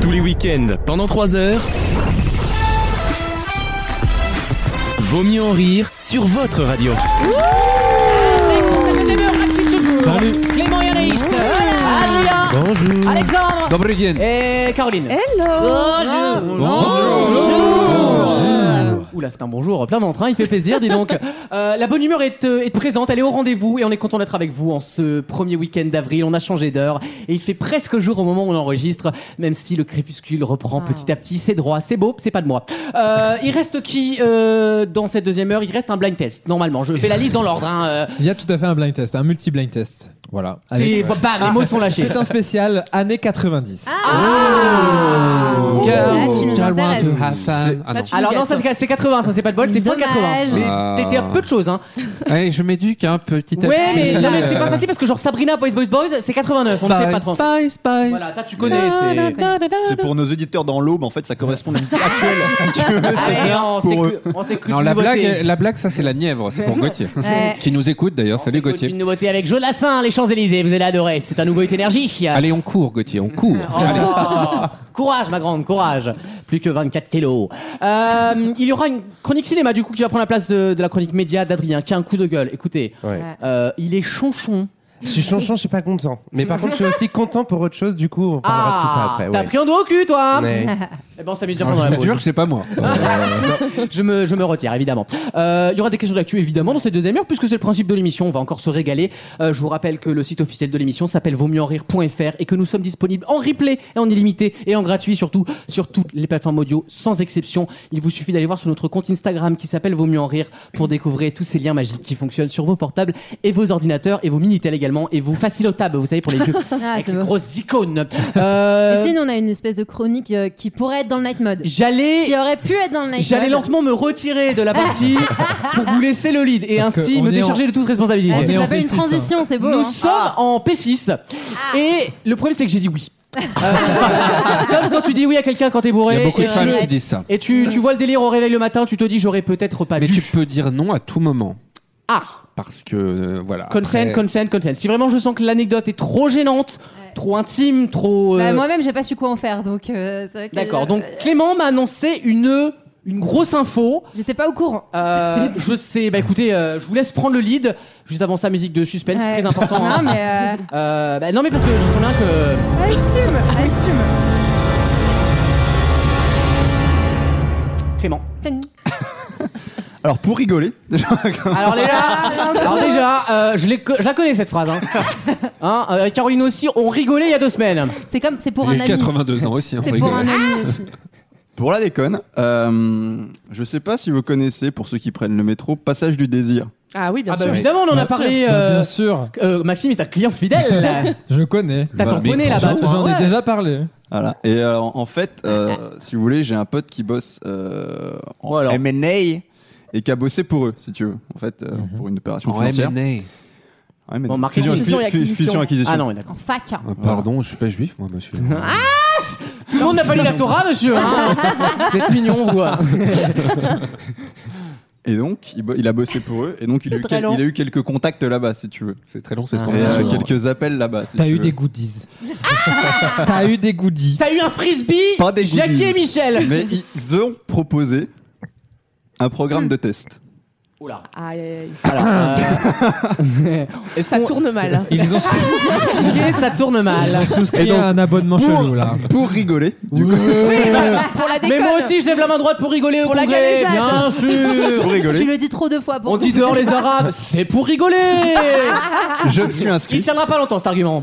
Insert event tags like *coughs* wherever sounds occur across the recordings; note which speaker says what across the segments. Speaker 1: Tous les week-ends, pendant 3 heures. Vaut mieux en rire sur votre radio.
Speaker 2: Salut.
Speaker 3: Clément et Anaïs, Alia,
Speaker 2: Bonjour.
Speaker 3: Alexandre
Speaker 2: Dobry dzień.
Speaker 3: et Caroline.
Speaker 4: Hello
Speaker 3: Bonjour.
Speaker 2: Bonjour.
Speaker 3: Oula, c'est un bonjour plein d'entrain, il fait plaisir, dis donc. Euh, la bonne humeur est, euh, est présente, elle est au rendez-vous et on est content d'être avec vous en ce premier week-end d'avril. On a changé d'heure et il fait presque jour au moment où on enregistre, même si le crépuscule reprend petit à petit. C'est droit, c'est beau, c'est pas de moi. Euh, il reste qui euh, dans cette deuxième heure Il reste un blind test, normalement. Je fais la liste dans l'ordre. hein, euh,
Speaker 5: Il y a tout à fait un blind test, un multi-blind test. Voilà. Avec-
Speaker 3: c'est, bam, les mots sont lâchés.
Speaker 2: Ah,
Speaker 5: C'est un spécial années 90.
Speaker 3: Ah,
Speaker 4: Là, tu nous intéresses.
Speaker 2: Ah,
Speaker 4: Là, tu nous
Speaker 3: Oh, Alors non,
Speaker 4: gâtes,
Speaker 3: ça
Speaker 4: toi.
Speaker 3: c'est c'est 80, ça c'est pas de bol, c'est fois
Speaker 4: Dommage.
Speaker 3: 80. Mais
Speaker 2: Ah.
Speaker 3: t'étais à peu de choses, hein.
Speaker 2: Ouais, ah, eh, je m'éduque un petit à petit.
Speaker 3: Ouais, mais, non, mais c'est pas facile parce que genre Sabrina, Boys, Boys, Boys, c'est 89, on ne sait pas trop.
Speaker 2: Spice, spice.
Speaker 3: Voilà, ça tu connais. c'est-
Speaker 6: C'est pour nos auditeurs dans l'aube, en fait, ça correspond à la musique actuelle, si tu veux.
Speaker 3: Allez,
Speaker 6: C'est bien
Speaker 3: on
Speaker 6: pour
Speaker 3: s'écoute-
Speaker 6: eux.
Speaker 3: on s'écoute
Speaker 2: Non,
Speaker 3: une
Speaker 2: la
Speaker 3: nouveauté.
Speaker 2: blague, la blague, ça c'est la Nièvre,
Speaker 3: *laughs*
Speaker 2: c'est pour Gauthier.
Speaker 4: Ouais.
Speaker 2: Qui nous écoute d'ailleurs,
Speaker 3: On
Speaker 2: salut
Speaker 3: s'écoute
Speaker 2: Gauthier.
Speaker 3: Une nouveauté avec Joe Dassin, les Champs-Élysées, vous allez adorer. C'est un nouveau énergie.
Speaker 2: Allez, on court Gauthier, on court.
Speaker 3: *laughs* Oh. Courage, ma grande, courage. Plus que 24 kilos. Euh, il y aura une chronique cinéma, du coup, qui va prendre la place de, de la chronique média d'Adrien, qui a un coup de gueule. Écoutez, euh, il est chonchon.
Speaker 7: Je suis chanchon, je suis pas content. Mais par contre, je suis aussi content pour autre chose, du coup, on parlera de tout ça après.
Speaker 3: Ah, t'as
Speaker 7: ouais. Ah,
Speaker 3: pris un doigt au cul, toi hein
Speaker 7: Mais-
Speaker 3: *laughs* Eh ben, ça me dit
Speaker 2: Alors,
Speaker 3: pendant la
Speaker 2: je vous
Speaker 3: pause.
Speaker 2: jure que c'est pas moi.
Speaker 3: Ah, Je me, je me retire, évidemment. Euh, Il y aura des questions d'actu, évidemment, dans ces deux demi-heures, puisque c'est le principe de l'émission. On va encore se régaler. Euh, je vous rappelle que le site officiel de l'émission s'appelle vautmieuxenrire.fr et que nous sommes disponibles en replay et en illimité et en gratuit, surtout sur toutes les plateformes audio, sans exception. Il vous suffit d'aller voir sur notre compte Instagram qui s'appelle Vaut mieux en rire pour découvrir tous ces liens magiques qui fonctionnent sur vos portables et vos ordinateurs et vos Minitel également et vos facilotables, vous savez,
Speaker 4: *laughs*
Speaker 3: pour les vieux,
Speaker 4: Ah,
Speaker 3: avec
Speaker 4: c'est
Speaker 3: les
Speaker 4: beau.
Speaker 3: grosses
Speaker 4: *laughs*
Speaker 3: icônes. Euh,
Speaker 4: Et sinon, on a une espèce de chronique euh, qui pourrait être dans le night mode.
Speaker 3: J'allais.
Speaker 4: Qui aurait pu être dans le night mode.
Speaker 3: J'allais lentement me retirer
Speaker 4: *laughs*
Speaker 3: de la partie pour vous laisser le lead et
Speaker 5: Parce que
Speaker 3: ainsi
Speaker 5: on
Speaker 3: me
Speaker 5: est
Speaker 3: décharger
Speaker 5: en-
Speaker 3: de toute
Speaker 4: Ah,
Speaker 5: On
Speaker 3: responsabilité.
Speaker 5: est
Speaker 4: ça
Speaker 5: en
Speaker 4: s'appelle une
Speaker 5: P6, hein.
Speaker 4: transition, c'est beau.
Speaker 3: Nous
Speaker 4: hein. Ah.
Speaker 3: sommes en P6 et le problème c'est que j'ai dit oui. Euh, *laughs* comme quand tu dis oui à quelqu'un quand t'es
Speaker 2: Il y
Speaker 3: bourré
Speaker 2: a beaucoup
Speaker 3: et,
Speaker 2: de femmes
Speaker 3: euh,
Speaker 2: qui disent ça.
Speaker 3: et tu, tu vois le délire au réveil le matin, tu te dis j'aurais peut-être pas
Speaker 2: Mais
Speaker 3: dû.
Speaker 2: tu peux dire non à tout moment.
Speaker 3: Ah,
Speaker 2: Parce que, euh, voilà.
Speaker 3: consent,
Speaker 2: après-
Speaker 3: consent, consent. Si vraiment je sens que l'anecdote est trop gênante, trop intime, trop. euh,
Speaker 4: Bah, Moi-même, j'ai pas su quoi en faire, donc. euh, c'est vrai que-
Speaker 3: D'accord. Donc Clément m'a annoncé une une grosse info.
Speaker 4: J'étais pas au courant.
Speaker 3: Euh, je sais, bah écoutez, euh, je vous laisse prendre le lead. Juste avant ça, musique de suspense, c'est
Speaker 4: Ouais.
Speaker 3: très important. hein.
Speaker 4: Non, mais. euh,
Speaker 3: Euh, bah, non, mais parce que je sens bien que.
Speaker 4: Assume, assume.
Speaker 3: Clément.
Speaker 6: Alors, pour rigoler, *laughs* déjà,
Speaker 3: Alors déjà,
Speaker 4: Ah, non,
Speaker 3: alors déjà euh, je, l'ai co- je la connais cette phrase. Hein. Hein, euh, Caroline aussi, on rigolait il y a deux semaines.
Speaker 4: C'est comme, c'est pour un
Speaker 2: Il a
Speaker 4: ami.
Speaker 2: 82 ans aussi, hein, on
Speaker 4: C'est pour
Speaker 2: rigole.
Speaker 4: un ami
Speaker 3: Ah
Speaker 4: aussi.
Speaker 6: pour la déconne, euh, je sais pas si vous connaissez, pour ceux qui prennent le métro, Passage du désir.
Speaker 8: Ah oui, bien
Speaker 3: Ah bah
Speaker 8: sûr.
Speaker 3: évidemment, on en a
Speaker 5: Bien sûr.
Speaker 3: parlé.
Speaker 5: Bah,
Speaker 3: euh,
Speaker 5: Bien sûr,
Speaker 3: euh, Maxime est un client
Speaker 7: *laughs*
Speaker 3: fidèle.
Speaker 5: je connais.
Speaker 3: T'as
Speaker 2: Bah,
Speaker 3: ton
Speaker 2: mais
Speaker 3: bonnet là-bas,
Speaker 5: J'en
Speaker 3: toi.
Speaker 5: j'en
Speaker 3: hein.
Speaker 5: ai déjà parlé.
Speaker 6: Voilà. Et euh, en en fait, euh, si vous voulez, j'ai un pote qui bosse euh,
Speaker 3: Oh,
Speaker 6: en
Speaker 3: alors.
Speaker 6: M&A et qui a bossé pour eux, si tu veux, en fait, euh, pour une opération
Speaker 2: En
Speaker 6: financière.
Speaker 2: M&A.
Speaker 6: En M&A.
Speaker 3: Bon, marketing.
Speaker 6: Fusion-
Speaker 8: Fusion et
Speaker 6: fu- fu-
Speaker 8: acquisition.
Speaker 6: fusion et acquisition.
Speaker 3: Ah non, mais d'accord.
Speaker 4: En fac. hein.
Speaker 2: Ah, Pardon, je suis pas juif, moi,
Speaker 3: *laughs*
Speaker 2: monsieur.
Speaker 3: Tout le monde n'a pas lu la Torah, monsieur. Hein. Vous êtes mignon, vous. hein.
Speaker 6: Et donc, il, bo- il a bossé pour eux, et donc il a, eu
Speaker 8: très
Speaker 6: quel-
Speaker 8: long.
Speaker 6: il a eu quelques contacts là-bas, si tu veux.
Speaker 2: C'est très long, c'est ce
Speaker 3: Ah.
Speaker 2: qu'on
Speaker 6: Et,
Speaker 2: dit
Speaker 6: euh,
Speaker 2: souvent.
Speaker 6: quelques appels là-bas. si
Speaker 5: T'as
Speaker 6: tu
Speaker 5: eu
Speaker 6: veux.
Speaker 5: des goodies. Ah T'as eu des
Speaker 3: *laughs*
Speaker 5: goodies.
Speaker 3: T'as eu un frisbee,
Speaker 6: Pas des
Speaker 3: Jackie
Speaker 6: goodies.
Speaker 3: et Michel.
Speaker 6: Mais ils ont proposé un programme de test.
Speaker 3: Oula.
Speaker 8: Aïe, aïe, aïe.
Speaker 3: Alors, *coughs* euh, est-ce
Speaker 8: Ça
Speaker 3: qu'on-
Speaker 8: tourne mal.
Speaker 5: Ils ont, sou-
Speaker 3: Ok, ça tourne
Speaker 5: ils ont
Speaker 3: mal.
Speaker 5: souscrit
Speaker 6: Et donc,
Speaker 5: à un abonnement
Speaker 6: pour-
Speaker 5: chelou là.
Speaker 6: Pour rigoler, du coup,
Speaker 3: *laughs*
Speaker 8: Pour la
Speaker 3: Mais
Speaker 8: déconne.
Speaker 3: moi aussi, je lève la main droite pour rigoler au
Speaker 8: Pour la
Speaker 3: congrès,
Speaker 8: galéjade.
Speaker 3: bien *laughs* sûr.
Speaker 6: pour
Speaker 4: Tu
Speaker 6: rigoler,
Speaker 4: le dis trop de fois pour
Speaker 3: On dit dehors les Arabes, c'est pour *laughs* rigoler.
Speaker 6: je me suis
Speaker 3: Il
Speaker 6: inscrit.
Speaker 3: tiendra pas longtemps cet argument.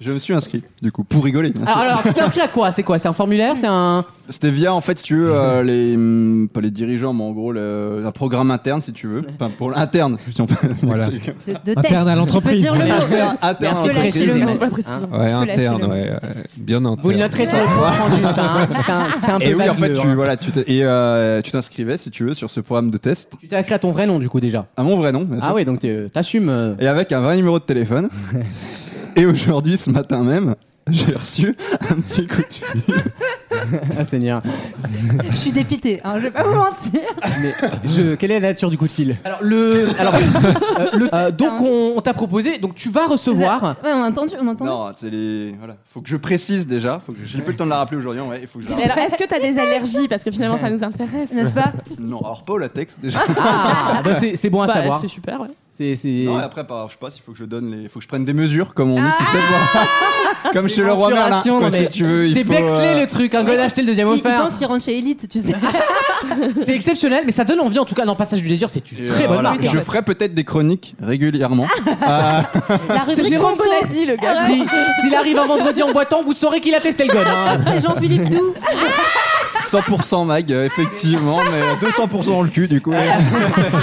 Speaker 6: Je me suis inscrit, du coup, pour rigoler. bien sûr.
Speaker 3: Alors, alors tu t'es inscrit à quoi C'est quoi C'est un formulaire C'est un
Speaker 6: C'était via, en fait, si tu veux, euh, les, hum, pas les dirigeants, mais en gros, le- un programme interne, si tu veux. Enfin, pour l'interne, si on peut. *laughs*
Speaker 5: Voilà.
Speaker 4: de, de test.
Speaker 5: Interne à l'entreprise.
Speaker 4: Tu peux dire le mot.
Speaker 6: Interne, interne
Speaker 3: Merci,
Speaker 6: entreprise.
Speaker 3: Régis.
Speaker 8: Merci pour la précision.
Speaker 2: Ouais,
Speaker 8: Tu peux lâcher
Speaker 2: interne,
Speaker 8: le-
Speaker 2: ouais. euh, Bien interne.
Speaker 3: Vous le noterez sur le point rendu, ça. hein. C'est un, c'est un peu
Speaker 6: Et oui, en fait,
Speaker 3: basileux,
Speaker 6: tu
Speaker 3: hein.
Speaker 6: voilà, tu t'es- et, euh, tu t'inscrivais, si tu veux, sur ce programme de test,
Speaker 3: Tu t'es inscrit à ton vrai nom, du coup, déjà.
Speaker 6: à mon vrai nom, bien sûr.
Speaker 3: Ah oui, donc t'es- t'assumes. euh. *laughs*
Speaker 6: et avec un vrai numéro de téléphone. et aujourd'hui, ce matin même, j'ai reçu un petit coup de fil.
Speaker 3: Ah, Seigneur.
Speaker 4: Je suis dépité, hein,
Speaker 3: *laughs*
Speaker 4: je vais pas vous mentir.
Speaker 3: Mais je- quelle est la nature du coup de fil Alors, le. Alors, *laughs* euh, le- euh, donc, on, on t'a proposé, donc tu vas recevoir.
Speaker 4: Ouais, on a entendu, on a entendu.
Speaker 6: Non, c'est les. Voilà. Faut que je précise déjà. Faut que je- J'ai plus le temps de la rappeler aujourd'hui. Ouais, il faut
Speaker 3: *laughs*
Speaker 6: que je la
Speaker 8: Et alors, est-ce que t'as des allergies Parce que finalement, ça nous intéresse.
Speaker 4: N'est-ce pas
Speaker 6: Non, alors pas au latex déjà.
Speaker 3: Ah, bah, c'est c'est bon à
Speaker 8: Bah,
Speaker 3: savoir.
Speaker 8: C'est super, ouais.
Speaker 3: C'est. c'est-
Speaker 6: Non, et après, par- je sais pas s'il faut que je donne les. Faut que je prenne des mesures, comme on dit, tu sais,
Speaker 3: *laughs*
Speaker 6: pour- comme chez le roi Merlin.
Speaker 3: Ah Mensurations,
Speaker 6: quoi,
Speaker 3: non, mais
Speaker 6: si tu veux, il
Speaker 3: C'est
Speaker 6: faut,
Speaker 3: Bexley
Speaker 6: euh,
Speaker 3: le truc, un gars acheter le deuxième
Speaker 4: il, il
Speaker 3: offert.
Speaker 4: pense qu'il rentre chez Elite, tu sais.
Speaker 3: *laughs* C'est exceptionnel, mais ça donne envie en tout cas. Non, Passage du désir, c'est
Speaker 6: et,
Speaker 3: une très
Speaker 6: euh,
Speaker 3: bonne
Speaker 6: voilà.
Speaker 8: nouvelle,
Speaker 6: Je
Speaker 8: en fait.
Speaker 6: ferai peut-être des chroniques
Speaker 3: *laughs*
Speaker 6: régulièrement. Euh,
Speaker 4: La rubrique
Speaker 8: C'est Jérôme
Speaker 4: conso. Ah,
Speaker 8: Bonadi, le gars.
Speaker 3: Si- S'il arrive un vendredi en boitant, vous saurez qu'il a testé le gun. hein.
Speaker 4: C'est Jean-Philippe Doux.
Speaker 6: 100% mag, euh, effectivement, mais 200% dans le cul, du coup.
Speaker 3: *laughs* Ah,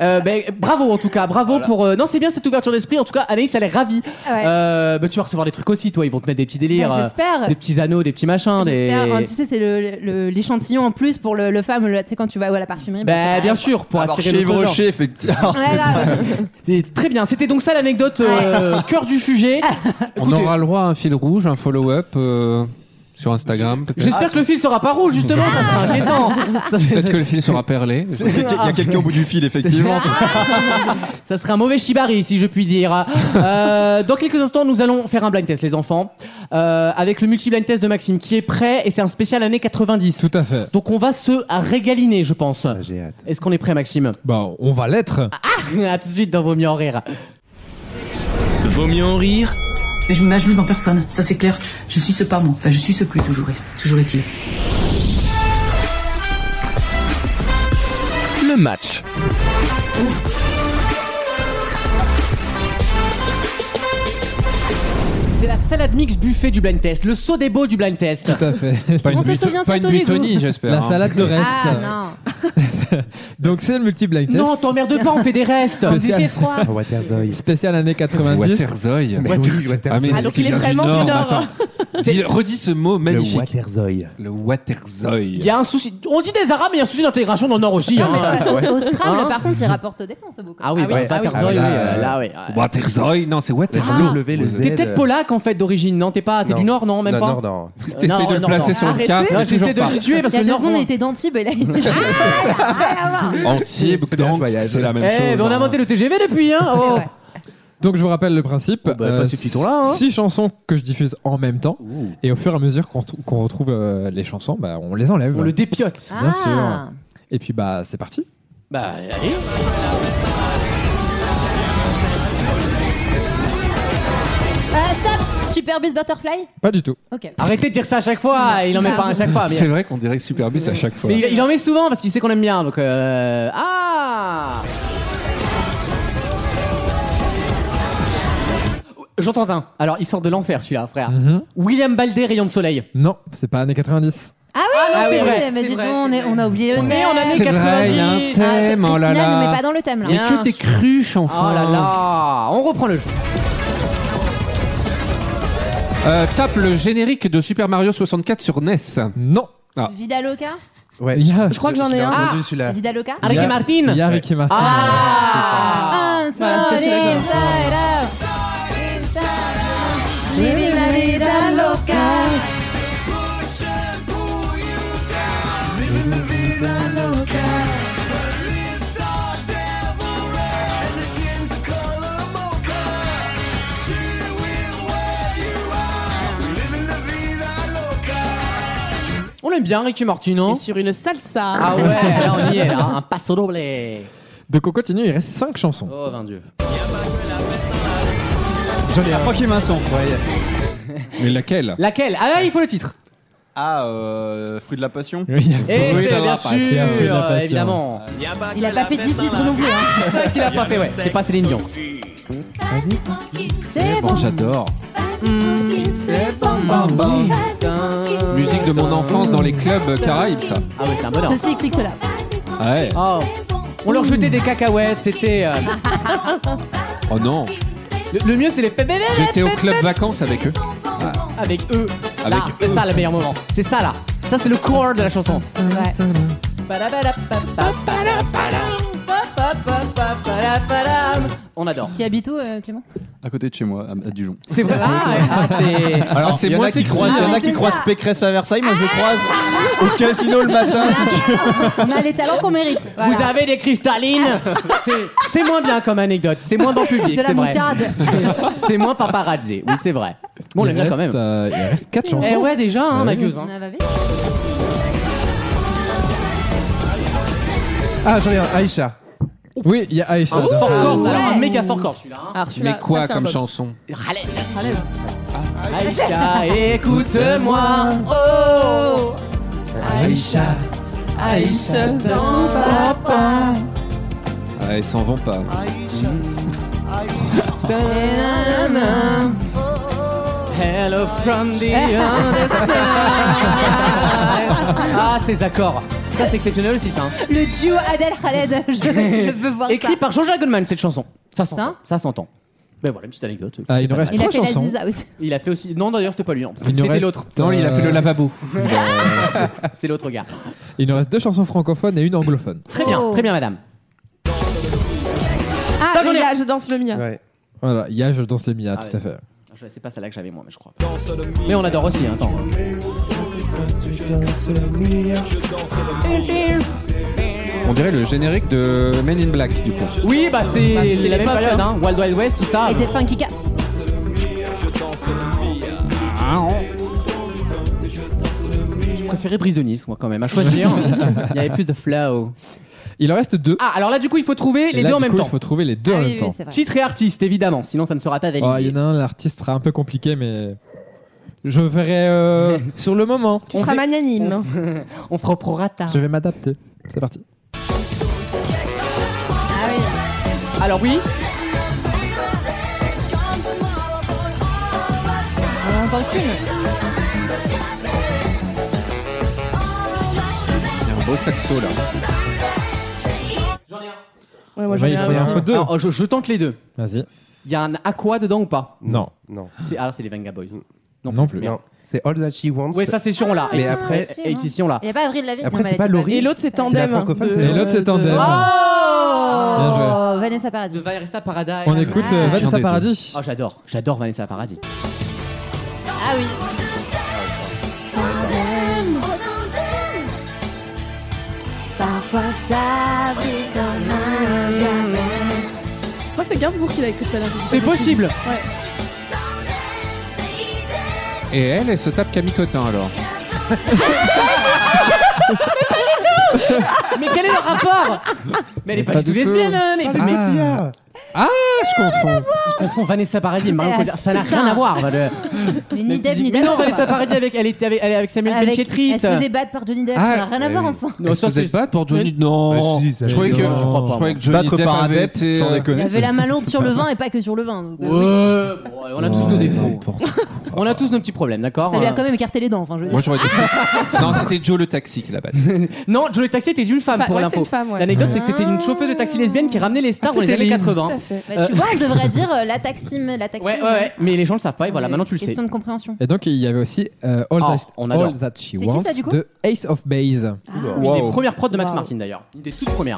Speaker 3: Euh, ben, bravo en tout cas, bravo pour. euh, Non, c'est bien cette ouverture d'esprit. En tout cas, Anaïs, elle est ravie.
Speaker 4: Ah, Ouais.
Speaker 3: Euh, ben, tu vas recevoir des trucs aussi, toi. Ils vont te mettre des petits délires,
Speaker 4: Ouais,
Speaker 3: euh,
Speaker 4: J'espère.
Speaker 3: des petits anneaux, des petits machins. Des...
Speaker 4: J'espère. Hein, tu sais, c'est le- le- l'échantillon en plus pour le, le femme. le- Tu sais, quand tu vas à la parfumerie. bah,
Speaker 3: Ben,
Speaker 4: c'est
Speaker 3: bien
Speaker 4: pareil.
Speaker 3: sûr, pour
Speaker 6: Alors,
Speaker 3: attirer
Speaker 6: chez
Speaker 3: le genre. *laughs*
Speaker 6: Rocher, effectivement.
Speaker 4: Ouais, là, ouais.
Speaker 3: C'est Très bien, c'était donc ça l'anecdote euh, cœur du
Speaker 4: *laughs*
Speaker 3: sujet.
Speaker 2: On
Speaker 3: Écoutez,
Speaker 2: aura le droit à un fil rouge, un follow-up euh, sur Instagram. Peut-être
Speaker 3: J'espère que le fil sera pas rouge, justement, ça sera inquiétant. Ça, c'est-
Speaker 2: Peut-être que le fil sera perlé.
Speaker 6: Il y a- il y a quelqu'un au bout du fil, effectivement.
Speaker 3: *laughs* Ça serait un mauvais shibari, si je puis dire. Euh, dans quelques instants, nous allons faire un blind test, les enfants, euh, avec le multi-blind test de Maxime qui est prêt et c'est un spécial année 90.
Speaker 5: Tout à fait.
Speaker 3: Donc on va se régaliner, je pense.
Speaker 7: J'ai hâte.
Speaker 3: Est-ce qu'on est prêt, Maxime *laughs*
Speaker 5: Bah, on va l'être.
Speaker 3: À tout de suite dans Vos mieux en rire.
Speaker 1: Vaut mieux en rire
Speaker 9: Mais je ne m'agenouille en personne, ça c'est clair. Je suis ce pas moi. Enfin, je suis ce plus toujours, est- toujours est-il.
Speaker 1: le match.
Speaker 3: C'est la salade mix buffet du blind test, le saut des beaux du blind test.
Speaker 5: Tout à fait.
Speaker 2: Pas une
Speaker 4: On se
Speaker 2: buto-
Speaker 4: souvient
Speaker 2: pas une
Speaker 4: surtout du
Speaker 2: butonie,
Speaker 4: goût.
Speaker 2: j'espère.
Speaker 5: La
Speaker 2: hein.
Speaker 5: salade de reste.
Speaker 4: Ah non.
Speaker 5: Donc, c'est le multi-blind test.
Speaker 3: Non, t'emmerde pas, on fait des restes.
Speaker 5: Mais-
Speaker 3: *laughs*
Speaker 4: Buffet froid.
Speaker 7: Waterzoy.
Speaker 5: Spécial année 90.
Speaker 2: Waterzoy.
Speaker 7: Mais oui,
Speaker 2: Ah, mais
Speaker 7: Waterzoy.
Speaker 8: Ah, donc
Speaker 2: ce qui
Speaker 8: il est
Speaker 2: vient
Speaker 8: vraiment du
Speaker 2: mais
Speaker 8: Nord, hein.
Speaker 2: attends. Dis- redis ce mot
Speaker 7: Le
Speaker 2: magnifique.
Speaker 7: Waterzoy.
Speaker 2: Le Waterzoy.
Speaker 3: Il y a un souci. On dit des arabes, mais il y a un souci d'intégration dans le Nord aussi.
Speaker 4: Non, mais
Speaker 3: hein.
Speaker 4: au- au, Scrabble,
Speaker 3: Hein
Speaker 4: par contre, il rapporte des dépenses au beaucoup.
Speaker 3: Ah oui,
Speaker 8: Ah oui,
Speaker 3: bah,
Speaker 8: ah oui.
Speaker 3: Waterzoy,
Speaker 7: Ah oui,
Speaker 3: oui,
Speaker 7: là,
Speaker 3: euh,
Speaker 7: euh,
Speaker 3: là, oui.
Speaker 2: Waterzoy. Non, c'est
Speaker 3: Ah.
Speaker 2: Waterzoy.
Speaker 7: W, le Z. euh,
Speaker 3: T'es peut-être polac en fait d'origine, non T'es pas, t'es
Speaker 7: Non.
Speaker 3: du Nord, non Même
Speaker 7: non,
Speaker 3: pas.
Speaker 7: Non, non,
Speaker 2: T'essayes
Speaker 3: Non,
Speaker 2: de le
Speaker 3: non,
Speaker 2: placer
Speaker 3: non.
Speaker 2: sur le
Speaker 8: Arrêtez.
Speaker 2: cadre.
Speaker 3: Non,
Speaker 2: mais
Speaker 3: J'essaie
Speaker 2: toujours
Speaker 3: de le
Speaker 2: pas.
Speaker 3: situer parce
Speaker 4: Il
Speaker 3: que
Speaker 4: y a
Speaker 3: le
Speaker 4: deux
Speaker 3: Nord.
Speaker 4: secondes,
Speaker 3: bon.
Speaker 4: il était d'Antibes
Speaker 3: *laughs*
Speaker 4: et là, il est
Speaker 2: Antibes,
Speaker 7: C'est bien, je
Speaker 2: Gdansk,
Speaker 7: voyage.
Speaker 2: c'est la même
Speaker 3: Eh,
Speaker 2: chose.
Speaker 3: ben, on a
Speaker 2: hein.
Speaker 3: inventé le TGV depuis, hein oh.
Speaker 4: ouais.
Speaker 5: Donc je vous rappelle le principe. Euh,
Speaker 3: bah, pas ces petits tours-là, hein.
Speaker 5: Six chansons que je diffuse en même temps. Et au fur et à mesure qu'on t- qu'on retrouve euh, les chansons, bah, on les enlève.
Speaker 3: On le dépiote.
Speaker 5: Bien
Speaker 4: Ah.
Speaker 5: sûr. Et puis bah c'est parti.
Speaker 3: Bah, allez.
Speaker 4: Euh, stop Super Bus Butterfly
Speaker 5: Pas du tout.
Speaker 4: Ok.
Speaker 3: Arrêtez de dire ça à chaque fois. Il en met pas un à chaque fois.
Speaker 2: C'est
Speaker 3: Mais,
Speaker 2: vrai qu'on dirait Superbus à chaque fois.
Speaker 3: mais il, il en met souvent parce qu'il sait qu'on aime bien. Donc, euh... ah. Jean Tantin. Alors, il sort de l'enfer, celui-là, frère.
Speaker 5: Mhm.
Speaker 3: William Baldé, rayon de soleil.
Speaker 5: Non, c'est pas années 90.
Speaker 4: Ah oui,
Speaker 3: Ah
Speaker 4: non,
Speaker 3: oui,
Speaker 4: c'est
Speaker 3: vrai,
Speaker 4: vrai, mais
Speaker 3: c'est
Speaker 4: dis
Speaker 3: vrai,
Speaker 4: donc, on,
Speaker 3: c'est
Speaker 4: est- on a oublié le
Speaker 3: Mais
Speaker 4: thème.
Speaker 3: on a mis
Speaker 2: C'est vrai, il y a un
Speaker 3: 90.
Speaker 2: thème.
Speaker 4: Ah,
Speaker 2: Oh là
Speaker 4: Christina ne
Speaker 2: là.
Speaker 4: met pas dans le thème là. Ah.
Speaker 2: Il y a que tes cruches,
Speaker 3: Oh
Speaker 2: enfin.
Speaker 3: là là. On reprend le jeu.
Speaker 2: Euh, tape le générique de Super Mario 64 sur E NES.
Speaker 5: Non.
Speaker 4: Vidaloca
Speaker 7: Ouais,
Speaker 5: Il y a-
Speaker 8: Je crois que j'en ai un.
Speaker 2: Ah
Speaker 7: entendu celui-là.
Speaker 4: Vidaloca
Speaker 5: il y a-
Speaker 3: Ricky Martin.
Speaker 5: Il y a Ricky Martin.
Speaker 3: Ah.
Speaker 4: Ah,
Speaker 8: Voilà, c'était celui-là que j'avais.
Speaker 3: On l'aime bien, Ricky Martin, non
Speaker 8: Et sur une salsa.
Speaker 3: Ah ouais,
Speaker 8: *laughs*
Speaker 3: là on y est, là, un passo doble.
Speaker 5: Donc on continue. Il reste cinq chansons.
Speaker 3: Oh, vain Dieu. Eh,
Speaker 6: Francky Vincent.
Speaker 2: Mais laquelle
Speaker 3: Laquelle Ah, là, il faut le titre.
Speaker 6: Ah, euh, fruit de la passion.
Speaker 5: Il y a-
Speaker 3: Et
Speaker 5: Fruit
Speaker 3: c'est
Speaker 5: of
Speaker 3: bien
Speaker 5: la
Speaker 3: sûr,
Speaker 5: passion, Fruit of la passion.
Speaker 3: évidemment.
Speaker 4: Il a pas fait 10 titres non plus. hein.
Speaker 3: C'est vrai qu'il a pas fait, ouais. C'est pas Céline Dion.
Speaker 4: C'est bon.
Speaker 2: Bon, j'adore.
Speaker 8: Mmh,
Speaker 2: Musique de mon enfance dans les clubs caraïbes, ça.
Speaker 3: Ah ouais, c'est un bonheur.
Speaker 4: Ceci explique cela.
Speaker 5: Ah
Speaker 2: Ouais.
Speaker 3: Oh. On leur jetait des cacahuètes, c'était. euh,
Speaker 2: Oh non.
Speaker 3: le, le mieux, c'est les pépés
Speaker 2: J'étais au club vacances avec eux.
Speaker 3: avec eux. Là,
Speaker 2: Avec
Speaker 3: c'est
Speaker 2: eux.
Speaker 3: ça le meilleur moment. C'est ça là. Ça, c'est le core de la chanson.
Speaker 4: Ouais.
Speaker 3: On adore.
Speaker 4: Qui habite où, euh, Clément
Speaker 6: à côté de chez moi, à, à Dijon.
Speaker 3: C'est vrai. Ah, ah, c'est.
Speaker 6: Alors,
Speaker 5: c'est
Speaker 6: il y en
Speaker 5: moins
Speaker 6: a qui
Speaker 5: sexy.
Speaker 6: croisent, il y en
Speaker 4: Ah,
Speaker 6: a qui
Speaker 4: c'est
Speaker 6: croisent
Speaker 4: ça.
Speaker 6: Pécresse à Versailles, moi je croise au casino le matin. si tu veux.
Speaker 4: On a les talents qu'on mérite.
Speaker 3: Vous
Speaker 4: Voilà.
Speaker 3: avez des cristallines *laughs* C'est- C'est moins bien comme anecdote, c'est moins dans public,
Speaker 4: de la
Speaker 3: c'est vrai.
Speaker 4: moutarde.
Speaker 3: *laughs* C'est moins paparazzi, oui c'est vrai. Bon, on
Speaker 5: il,
Speaker 3: l'aime bien
Speaker 5: reste,
Speaker 3: quand même.
Speaker 5: euh, il reste 4 chansons.
Speaker 3: Eh ouais déjà, hein,
Speaker 5: Ouais.
Speaker 3: ma gueuse.
Speaker 4: On
Speaker 3: hein.
Speaker 4: a bavé.
Speaker 7: Ah, j'en ai un, Aïcha.
Speaker 5: Oui, il y a Aïcha.
Speaker 3: Un fort corps,
Speaker 8: ouais.
Speaker 3: alors un méga fort corps celui-là. hein.
Speaker 8: Alors, celui-là,
Speaker 2: Mais quoi
Speaker 8: ça, c'est un
Speaker 2: comme
Speaker 8: bug.
Speaker 2: chanson
Speaker 3: Aïcha, écoute-moi.
Speaker 8: Oh
Speaker 3: Aïcha,
Speaker 8: Aïcha dans
Speaker 3: papa.
Speaker 2: ah, Ils s'en vont pas.
Speaker 4: Nanana.
Speaker 3: Hello from the
Speaker 4: Eh.
Speaker 3: other side. Ah, ces accords. Ça, c'est exceptionnel aussi, ça. hein.
Speaker 4: Le duo Adèle Khaled, je, je veux voir
Speaker 3: Écrit
Speaker 4: ça.
Speaker 3: par Jean-Jacques Goldman, cette chanson. Ça s'entend. Ça
Speaker 4: Ça
Speaker 3: s'entend. Ben voilà, une petite anecdote.
Speaker 5: Ah, il nous reste
Speaker 4: Il a
Speaker 5: 3
Speaker 4: fait la
Speaker 5: chansons.
Speaker 4: Ziza aussi.
Speaker 3: Il a fait aussi. Non, d'ailleurs, c'était pas lui. non.
Speaker 5: Il nous
Speaker 3: C'était
Speaker 5: reste,
Speaker 3: l'autre.
Speaker 5: euh,
Speaker 2: Non, il a fait le lavabo.
Speaker 3: C'est l'autre gars.
Speaker 5: Il nous reste deux chansons francophones et une anglophone.
Speaker 3: Très bien,
Speaker 4: Oh.
Speaker 3: très bien, madame.
Speaker 8: Ah,
Speaker 3: Attends, j'en ai
Speaker 8: et là, je danse le mien.
Speaker 7: Ouais.
Speaker 5: Voilà, il y a Je danse le Mia,
Speaker 3: Ah
Speaker 5: tout
Speaker 3: ouais.
Speaker 5: à fait.
Speaker 3: Je- C'est pas celle-là que j'avais moi, mais je crois. Mais on adore aussi, hein, attends.
Speaker 2: On dirait le générique de Men in Black, du coup.
Speaker 3: Oui, bah c'est
Speaker 4: Bah, c'était la même
Speaker 3: l'époque,
Speaker 4: période.
Speaker 3: hein. Wild Wild West, tout ça.
Speaker 4: Et des funky caps.
Speaker 3: Je préférais Brise de Nice, moi, quand même, à
Speaker 4: *laughs*
Speaker 3: choisir. Il y avait plus de flow.
Speaker 5: Il en reste deux.
Speaker 3: Ah, alors là, du coup, il faut trouver
Speaker 5: Et
Speaker 3: les
Speaker 5: là,
Speaker 3: deux en
Speaker 5: du
Speaker 3: même
Speaker 5: coup,
Speaker 3: temps.
Speaker 5: Il faut trouver les deux
Speaker 4: Ah
Speaker 5: en
Speaker 4: oui,
Speaker 5: même
Speaker 4: oui,
Speaker 5: temps.
Speaker 4: c'est vrai.
Speaker 3: Titre et artiste, évidemment, sinon ça ne sera pas
Speaker 5: Oh, il y
Speaker 3: validé.
Speaker 5: en a un, l'artiste sera un peu compliqué, mais je verrai euh, sur le moment.
Speaker 8: Tu seras magnanime.
Speaker 3: On fera au prorata.
Speaker 5: Je vais m'adapter. C'est parti.
Speaker 4: Ah oui.
Speaker 3: Alors oui,
Speaker 4: On entend qu'une.
Speaker 2: Il y a un beau saxo là.
Speaker 8: Ouais, moi,
Speaker 5: Ouais, il
Speaker 8: j'en
Speaker 5: faut
Speaker 8: ai
Speaker 5: il
Speaker 8: un
Speaker 5: en faut
Speaker 8: aussi.
Speaker 5: deux.
Speaker 3: Alors, je, je tente les deux.
Speaker 5: Vas-y.
Speaker 3: Il y a un aqua dedans ou pas
Speaker 5: Non.
Speaker 7: Non.
Speaker 3: C'est- Alors c'est les Venga Boys.
Speaker 5: Non, plus.
Speaker 7: Non. C'est All That She Wants.
Speaker 3: Ouais, ça c'est sûr, on l'a.
Speaker 7: Mais
Speaker 3: Et-
Speaker 7: après-
Speaker 3: et- et- et- ici, on l'a.
Speaker 4: Il n'y a pas Oh, Avril Lavigne.
Speaker 7: Après,
Speaker 4: non,
Speaker 7: c'est
Speaker 4: mais
Speaker 7: pas
Speaker 4: t'as
Speaker 7: Laurie.
Speaker 4: vu.
Speaker 8: Et l'autre, c'est
Speaker 7: C'est la
Speaker 8: Tandem.
Speaker 7: francophone,
Speaker 8: de-
Speaker 7: c'est la-
Speaker 5: Et l'autre, c'est
Speaker 8: de- Ah,
Speaker 5: Tandem.
Speaker 3: Ah
Speaker 5: Bien
Speaker 4: Oh Vanessa
Speaker 3: De
Speaker 4: Paradis.
Speaker 3: Vanessa Paradis.
Speaker 5: On écoute euh,
Speaker 4: Ah.
Speaker 5: Vanessa Paradis.
Speaker 3: Oh, j'adore, j'adore Vanessa Paradis.
Speaker 4: Ah oui. Parfois ça brille comme un
Speaker 8: Moi, c'est Gainsbourg qui l'a écrit celle-là.
Speaker 3: C'est possible
Speaker 2: Et elle, elle se tape Camille Cotin alors.
Speaker 3: Mais quel est le rapport Mais elle est
Speaker 5: Mais
Speaker 3: pas,
Speaker 5: pas
Speaker 3: du tout
Speaker 5: du tout.
Speaker 3: lesbienne, hein, mais- mais-
Speaker 7: Média.
Speaker 5: Ah, je confonds.
Speaker 3: Il confond Vanessa Paradis et Marion
Speaker 4: Ah,
Speaker 3: Cotillard. Ça n'a
Speaker 4: putain.
Speaker 3: rien à voir. va, le-
Speaker 4: Mais ni Dev ni
Speaker 3: Mais
Speaker 4: Dev.
Speaker 3: non, Vanessa Paradis avec, elle était avec, elle est avec Samuel
Speaker 4: Avec-
Speaker 3: Benchetrit.
Speaker 4: Elle se faisait battre par Johnny Depp.
Speaker 2: Ah,
Speaker 4: Ça n'a rien à
Speaker 2: oui.
Speaker 4: voir, enfin.
Speaker 3: Non,
Speaker 2: Elle se
Speaker 3: ça,
Speaker 2: faisait
Speaker 3: c'est-
Speaker 2: battre pour Johnny. Non.
Speaker 7: Ah, si, ça
Speaker 2: je croyais que.
Speaker 7: existe.
Speaker 5: hein.
Speaker 2: Je
Speaker 3: Je crois pas,
Speaker 2: crois
Speaker 3: moi.
Speaker 2: que Johnny
Speaker 6: Battre
Speaker 2: Depp
Speaker 6: par un
Speaker 2: avait
Speaker 6: dep,
Speaker 2: été,
Speaker 6: sans
Speaker 2: euh,
Speaker 4: Il y
Speaker 6: déconner.
Speaker 4: avait la main longue sur le vin et pas que sur le vin. donc, euh, oui.
Speaker 3: Ouais, bon, on a tous nos défauts. *laughs* On a tous nos petits problèmes, d'accord
Speaker 4: Ça lui a
Speaker 3: Euh,
Speaker 4: quand même écarté les dents. Enfin, je veux dire.
Speaker 2: Moi j'aurais été. non, c'était Joe le taxi qui l'a battu.
Speaker 3: Non, Joe le taxi était une femme
Speaker 8: Enfin,
Speaker 3: pour
Speaker 8: ouais,
Speaker 3: l'info.
Speaker 8: c'était une femme, ouais.
Speaker 3: L'anecdote, c'est que c'était une chauffeuse de taxi lesbienne qui ramenait les stars dans les années 80.
Speaker 8: Tout à fait.
Speaker 4: Bah, tu vois, on devrait dire euh, la taxime, la taxime.
Speaker 3: Ouais, ouais, ouais. Mais les gens le savent pas, et voilà, maintenant tu le sais.
Speaker 4: Question de compréhension.
Speaker 5: Et donc, il y avait aussi euh, All,
Speaker 3: Ah,
Speaker 5: That,
Speaker 3: on adore.
Speaker 5: All That She
Speaker 4: qui,
Speaker 5: Wants
Speaker 4: ça, du coup
Speaker 5: de Ace of Base.
Speaker 3: Une des
Speaker 6: Wow.
Speaker 3: premières prods de Max
Speaker 8: Wow.
Speaker 3: Martin d'ailleurs. Une des toutes premières.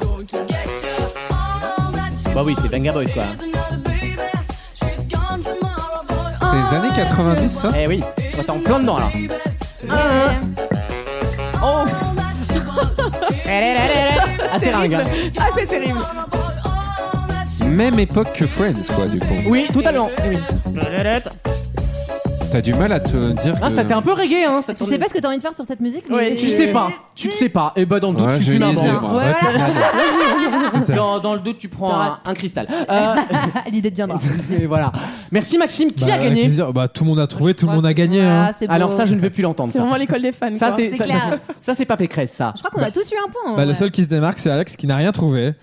Speaker 3: Bah oui, c'est Benga Boys quoi.
Speaker 2: C'est les années 90 ça
Speaker 3: Eh oui, Toi, t'es en plein dedans là.
Speaker 4: Ah. *laughs*
Speaker 8: Oh,
Speaker 3: Eh, Ah, c'est ringue. hein.
Speaker 8: ah, c'est terrible.
Speaker 2: Même époque que Friends quoi, du coup.
Speaker 3: Oui, totalement. Eh Oui.
Speaker 2: T'as du mal à te dire.
Speaker 3: Ah,
Speaker 2: que-
Speaker 3: ça t'est un peu reggae hein. Ça
Speaker 4: Tu sais pas ce que t'as envie de faire sur cette musique mais-
Speaker 8: Ouais,
Speaker 3: Tu sais pas, tu ne sais pas. Et bah dans le doute,
Speaker 2: Ouais,
Speaker 3: tu
Speaker 2: j'ai
Speaker 3: fumes
Speaker 2: une
Speaker 3: un
Speaker 2: idée, *laughs*
Speaker 3: blanc.
Speaker 2: moi.
Speaker 4: Ouais, voilà,
Speaker 3: Dans, dans le doute, tu prends un, un cristal. Euh,
Speaker 4: *laughs*
Speaker 3: *laughs*
Speaker 4: l'idée deviendra.
Speaker 3: et voilà. Merci Maxime, qui
Speaker 5: Bah,
Speaker 3: a
Speaker 5: avec
Speaker 3: gagné
Speaker 5: plaisir. bah, Tout le monde a trouvé, tout le monde a gagné. hein.
Speaker 4: Ah, c'est beau.
Speaker 3: Alors ça, je ne veux plus l'entendre.
Speaker 8: C'est
Speaker 3: Ça,
Speaker 8: vraiment l'école des fans.
Speaker 3: ça
Speaker 8: quoi.
Speaker 3: c'est
Speaker 4: C'est
Speaker 3: ça-
Speaker 4: clair.
Speaker 3: ça, c'est pas Pécresse ça.
Speaker 4: Je crois qu'on a tous eu un point.
Speaker 5: Bah,
Speaker 4: ouais.
Speaker 5: Le seul qui se démarque, c'est Alex qui n'a rien trouvé.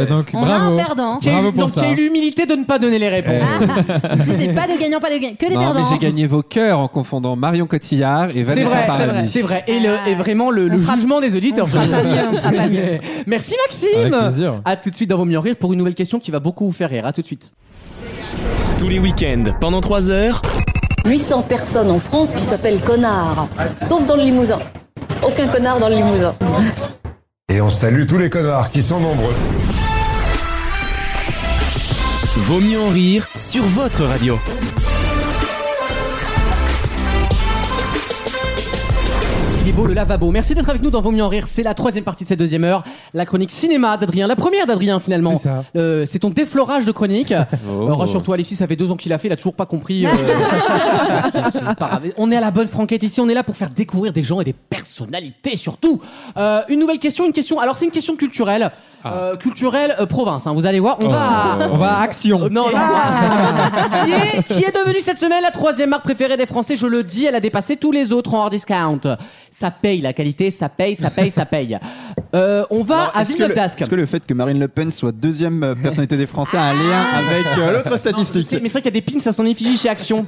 Speaker 5: Et donc,
Speaker 4: On
Speaker 5: bravo.
Speaker 4: a un perdant.
Speaker 5: Bravo
Speaker 3: Quelle-
Speaker 5: pour
Speaker 3: donc
Speaker 5: ça.
Speaker 3: il y a eu l'humilité de ne pas donner les réponses.
Speaker 2: Eh.
Speaker 4: Ah. Si c'est pas de gagnant, pas de gagnant, que des
Speaker 2: Non, mais
Speaker 4: perdants.
Speaker 2: j'ai gagné vos cœurs en confondant Marion Cotillard et
Speaker 3: C'est
Speaker 2: Vanessa
Speaker 3: vrai, c'est vrai,
Speaker 2: Paradis.
Speaker 3: c'est vrai. Et, le-
Speaker 4: Ah.
Speaker 3: et vraiment le,
Speaker 4: On
Speaker 3: le
Speaker 4: fera-
Speaker 3: jugement des auditeurs.
Speaker 4: On fera pas mieux, on fera pas mieux.
Speaker 3: *laughs* Merci
Speaker 5: Avec
Speaker 3: Maxime.
Speaker 5: plaisir.
Speaker 3: À tout de suite dans Vaut mieux en rire pour une nouvelle question qui va beaucoup vous faire rire. À tout de suite.
Speaker 1: Tous les week-ends, pendant 3 heures.
Speaker 10: 800 personnes en France qui s'appellent connards, sauf dans le Limousin. Aucun connard dans le Limousin.
Speaker 11: Et on salue tous les connards qui sont nombreux.
Speaker 1: Vaut mieux en rire sur votre radio.
Speaker 3: Il est beau le lavabo. Merci d'être avec nous dans Vaut mieux en rire. C'est la troisième partie de cette deuxième heure. La chronique cinéma d'Adrien. La première d'Adrien finalement.
Speaker 7: C'est ça.
Speaker 3: Euh, c'est ton déflorage de
Speaker 6: *laughs*
Speaker 3: chronique.
Speaker 6: Oh.
Speaker 3: Euh, Rassure-toi Alexis, ça fait deux ans qu'il l'a fait, il a toujours pas compris. euh, c'est pas grave. on est à la bonne franquette ici, on est là pour faire découvrir des gens et des personnalités surtout. Euh, une nouvelle question, une question. Alors c'est une question culturelle.
Speaker 6: Ah.
Speaker 3: Euh, culturelle euh, province, hein, vous allez voir. On va...
Speaker 6: Oh.
Speaker 5: Euh, On va à action.
Speaker 3: Non, non.
Speaker 6: Ah.
Speaker 3: qui, est, qui est devenue cette semaine la troisième marque préférée des Français Je le dis, elle a dépassé tous les autres en hors discount. Ça paye la qualité, ça paye, ça paye, ça paye. Euh, on va
Speaker 6: Alors,
Speaker 3: à
Speaker 6: est-ce que le-
Speaker 3: Villeneuve-d'Ascq.
Speaker 6: Est-ce que le fait que Marine Le Pen soit deuxième euh, personnalité des Français a un lien avec euh, l'autre statistique
Speaker 3: Mais c'est vrai qu'il y a des pins à son effigie chez Action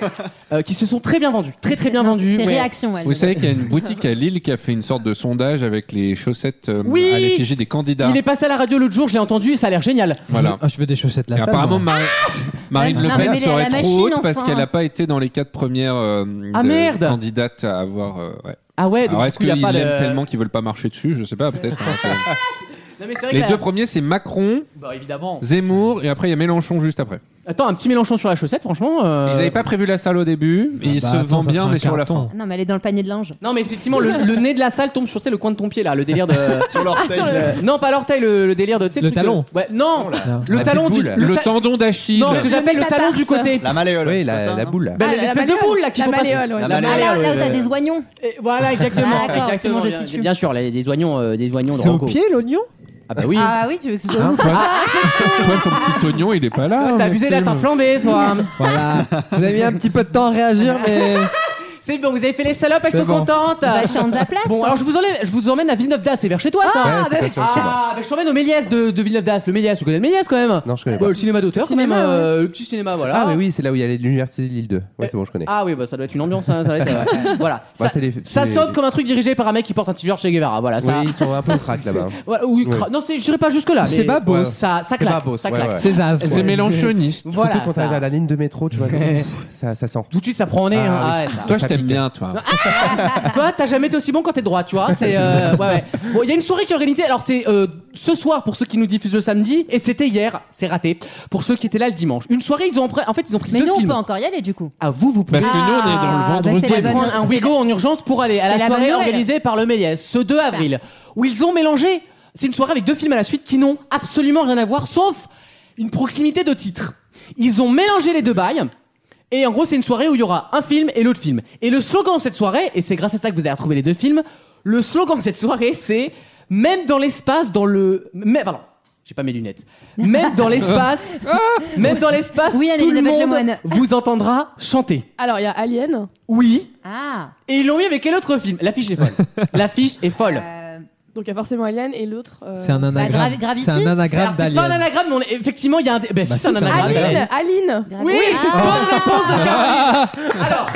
Speaker 3: euh, qui se sont très bien vendus, très très bien
Speaker 4: Non,
Speaker 3: vendus.
Speaker 4: C'est
Speaker 3: Ouais.
Speaker 4: réaction, elle.
Speaker 2: Vous savez qu'il y a une boutique à Lille qui a fait une sorte de sondage avec les chaussettes euh,
Speaker 3: Oui
Speaker 2: à l'effigie des candidats.
Speaker 3: Il est passé à la radio l'autre jour, je l'ai entendu et ça a l'air génial.
Speaker 2: Voilà.
Speaker 5: Ah, je veux des chaussettes
Speaker 2: Et
Speaker 5: là.
Speaker 2: apparemment, Mari-
Speaker 3: Ah,
Speaker 2: Marine
Speaker 4: Non,
Speaker 2: Le
Speaker 4: mais
Speaker 2: Pen
Speaker 4: mets-les à
Speaker 2: serait
Speaker 4: la
Speaker 2: trop
Speaker 4: machine,
Speaker 2: haute parce
Speaker 4: enfin.
Speaker 2: qu'elle n'a pas été dans les quatre premières euh,
Speaker 3: Ah,
Speaker 2: de-
Speaker 3: merde
Speaker 2: candidates à avoir. euh, ouais.
Speaker 3: Ah ouais, donc
Speaker 2: Alors,
Speaker 3: du
Speaker 2: est-ce
Speaker 3: coup, il y
Speaker 2: qu'ils
Speaker 3: a pas
Speaker 2: l'aiment
Speaker 3: de-
Speaker 2: tellement qu'ils veulent pas marcher dessus Je sais pas, peut-être. hein, c'est-
Speaker 3: Non, mais *laughs* c'est vrai
Speaker 2: les
Speaker 3: que
Speaker 2: deux
Speaker 3: la-
Speaker 2: premiers, c'est Macron,
Speaker 3: Bah, évidemment.
Speaker 2: Zemmour, et après, il y a Mélenchon juste après.
Speaker 3: Attends, un petit Mélenchon sur la chaussette, franchement. euh,
Speaker 2: Ils n'avaient pas prévu la salle au début,
Speaker 7: Ah
Speaker 2: mais
Speaker 5: Bah,
Speaker 7: bah
Speaker 2: ils se vendent bien, mais sur la fin.
Speaker 4: Non, mais elle est dans le panier de linge.
Speaker 3: Non, mais effectivement, le, le nez de la salle tombe sur tu sais, le coin de ton pied là, le délire de.
Speaker 6: sur leur tête
Speaker 3: Euh, non, pas l'orteil, le, le délire de. tu sais,
Speaker 5: Le
Speaker 3: truc de-
Speaker 5: talon.
Speaker 3: Ouais, non,
Speaker 5: Non.
Speaker 3: le
Speaker 6: La
Speaker 3: talon du.
Speaker 6: pitbull.
Speaker 2: Le,
Speaker 3: ta-
Speaker 2: tendon d'Achille.
Speaker 3: Non, ce que j'appelle le talon
Speaker 8: métatarse.
Speaker 3: du côté.
Speaker 6: La malléole.
Speaker 5: Oui,
Speaker 6: c'est pas
Speaker 5: la,
Speaker 6: ça,
Speaker 5: la
Speaker 6: non
Speaker 5: boule.
Speaker 3: Ben,
Speaker 8: Ah, la
Speaker 3: l'espèce de
Speaker 8: malléole.
Speaker 3: boule là qui
Speaker 8: La
Speaker 3: faut passer.
Speaker 8: malléole, ouais.
Speaker 6: La
Speaker 3: La
Speaker 4: Ah, là,
Speaker 6: malléole,
Speaker 3: malléole,
Speaker 4: là où
Speaker 3: ouais,
Speaker 4: t'as
Speaker 3: ouais.
Speaker 4: des oignons.
Speaker 3: Et Voilà, exactement.
Speaker 4: Ah, d'accord,
Speaker 3: exactement,
Speaker 4: c'est bon, je
Speaker 3: bien,
Speaker 4: situe.
Speaker 3: bien sûr, les, des oignons, euh, des oignons de Rocco.
Speaker 5: l'oignon
Speaker 3: Ah bah oui.
Speaker 4: Ah oui, tu veux que ce soit
Speaker 5: Hein,
Speaker 4: où
Speaker 5: toi,
Speaker 2: Toi, ton petit oignon, il est pas là.
Speaker 3: Toi, Ah. T'as abusé là,
Speaker 2: Maxime.
Speaker 3: t'as flambé, toi.
Speaker 5: Voilà. Vous avez mis un petit peu de temps à réagir, mais.
Speaker 3: *laughs* C'est bon, vous avez fait les salopes, elles
Speaker 5: C'est
Speaker 3: sont
Speaker 5: bon.
Speaker 3: contentes.
Speaker 4: Bah, je suis en place.
Speaker 3: Bon, alors je vous, enlève- je vous emmène à Villeneuve d'As, c'est vers chez toi ça
Speaker 4: Ah, bah,
Speaker 3: Ah, bah, je t'emmène au Méliès de, de Villeneuve d'As. Le Méliès, tu connais le Méliès quand même
Speaker 7: Non, je connais
Speaker 3: Bah,
Speaker 7: pas.
Speaker 3: Le cinéma d'auteur,
Speaker 8: Le
Speaker 3: quand même.
Speaker 8: cinéma,
Speaker 3: euh, Le petit cinéma, voilà.
Speaker 7: Ah,
Speaker 6: bah
Speaker 7: mais oui, c'est là où il y a l'université de Lille 2. Ouais, c'est bon, je connais.
Speaker 3: Ah oui, bah ça doit être une ambiance. hein, ça doit être,
Speaker 7: *laughs*
Speaker 3: euh, voilà.
Speaker 7: Bah,
Speaker 3: ça
Speaker 7: c'est les-
Speaker 3: ça
Speaker 7: c'est-
Speaker 3: sonne comme un truc dirigé par un mec qui porte un t-shirt chez Guevara. Voilà, ça.
Speaker 7: Oui, ils sont un peu crack là-bas.
Speaker 3: Ouais, ou ultra- Non, c'est- j'irai pas jusque-là.
Speaker 5: C'est
Speaker 3: mais-
Speaker 5: babos.
Speaker 3: Ouais. Ça, ça claque.
Speaker 6: babos,
Speaker 3: ça
Speaker 6: ouais,
Speaker 3: claque.
Speaker 5: *laughs*
Speaker 6: ouais.
Speaker 5: C'est Zaz.
Speaker 2: C'est mélanchoniste.
Speaker 3: Voilà,
Speaker 7: Surtout quand
Speaker 3: ça.
Speaker 7: t'arrives à la ligne de métro, tu vois, c'est- ça, ça sent.
Speaker 3: Tout de suite, ça prend en nez. hein.
Speaker 7: Ah,
Speaker 3: Ah,
Speaker 7: oui.
Speaker 3: ouais, ça.
Speaker 2: Toi, je t'aime bien, toi.
Speaker 6: Ah.
Speaker 3: Toi, t'as jamais été aussi bon quand t'es droit, tu vois. C'est euh, ouais, ouais. Bon, il y a une soirée qui est organisée. Alors c'est euh, ce soir pour ceux qui nous diffusent le samedi, et c'était hier. C'est raté pour ceux qui étaient là le dimanche. Une soirée, ils ont pris- en fait, ils ont pris
Speaker 4: Mais
Speaker 3: deux
Speaker 4: nous, on
Speaker 3: films.
Speaker 4: peut encore y aller du coup.
Speaker 3: Ah vous, vous pouvez
Speaker 2: Parce que nous, on est dans le
Speaker 4: Ah, bah,
Speaker 2: vendredi.
Speaker 4: c'est la bonne-
Speaker 3: prendre un
Speaker 4: c'est
Speaker 3: Wigo en urgence pour aller à
Speaker 4: c'est
Speaker 3: la
Speaker 4: la
Speaker 3: soirée
Speaker 4: bonne Noël.
Speaker 3: organisée par le Méliès ce 2 avril, où ils ont mélangé. C'est une soirée avec deux films à la suite qui n'ont absolument rien à voir, sauf une proximité de titre. Ils ont mélangé les deux bails. Et en gros, c'est une soirée où il y aura un film et l'autre film. Et le slogan de cette soirée, et c'est grâce à ça que vous allez retrouver les deux films, le slogan de cette soirée, c'est même dans l'espace, dans le, mais pardon, j'ai pas mes lunettes. Même dans
Speaker 4: *laughs*
Speaker 3: l'espace, même dans l'espace,
Speaker 4: Ah Oui,
Speaker 3: tout le
Speaker 4: Anne-Elisabeth
Speaker 3: monde
Speaker 4: Lemoine.
Speaker 3: vous entendra chanter.
Speaker 8: Alors, il y a Alien.
Speaker 3: Oui,
Speaker 4: Ah.
Speaker 3: et ils l'ont mis avec quel autre film L'affiche
Speaker 5: *laughs*
Speaker 3: est folle. L'affiche est folle.
Speaker 4: euh,
Speaker 8: Donc, il y a forcément Alien et l'autre. euh,
Speaker 5: C'est un
Speaker 4: Bah,
Speaker 5: anagramme.
Speaker 4: Gravi- Gravity
Speaker 5: C'est un
Speaker 3: Alors,
Speaker 5: anagramme
Speaker 3: c'est pas un
Speaker 5: d'alien.
Speaker 3: anagramme, mais on est- effectivement, il y a un. dé- Bah, si, c'est un
Speaker 5: si, c'est un
Speaker 3: anagramme.
Speaker 5: anagramme.
Speaker 8: Aline Aline
Speaker 4: grave-
Speaker 3: Oui
Speaker 4: Ah.
Speaker 3: Bonne réponse de Caroline Alors.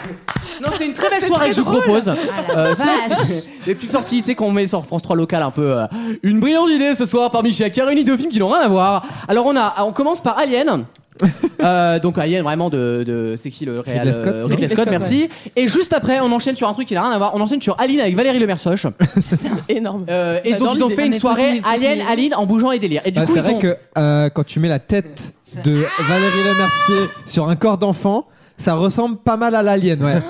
Speaker 3: Non, c'est une très belle soirée que je vous propose. *laughs* Euh,
Speaker 4: vache.
Speaker 3: c'est- Des petites sorties, tu sais, qu'on met sur France 3 local un peu. euh, Une brillante idée ce soir parmi chez qui a réuni deux films qui n'ont rien à voir. Alors, on a, on commence par
Speaker 5: *laughs*
Speaker 3: Alien. Euh, donc Alien vraiment de, de- c'est qui le réel
Speaker 5: Ridley Scott,
Speaker 3: euh,
Speaker 5: c'est
Speaker 3: Ridley
Speaker 8: Ridley
Speaker 3: Scott
Speaker 8: Scott,
Speaker 3: merci et juste après on enchaîne sur un truc qui n'a rien à voir on enchaîne sur Alien avec Valérie Le Mersoche
Speaker 8: Énorme.
Speaker 3: Euh, et
Speaker 8: J'adore
Speaker 3: donc ils ont
Speaker 8: l'idée.
Speaker 3: fait
Speaker 4: Ah,
Speaker 3: une
Speaker 4: mais
Speaker 3: soirée
Speaker 4: faut se- faut se-
Speaker 3: Alien Alien en bougeant les délires et du
Speaker 5: Ah,
Speaker 3: coup
Speaker 5: c'est
Speaker 3: ils
Speaker 5: vrai
Speaker 3: ont
Speaker 5: que euh, quand tu mets la tête de Valérie Lemercier sur un corps d'enfant, ça ressemble pas mal à l'alien. Ouais. *laughs*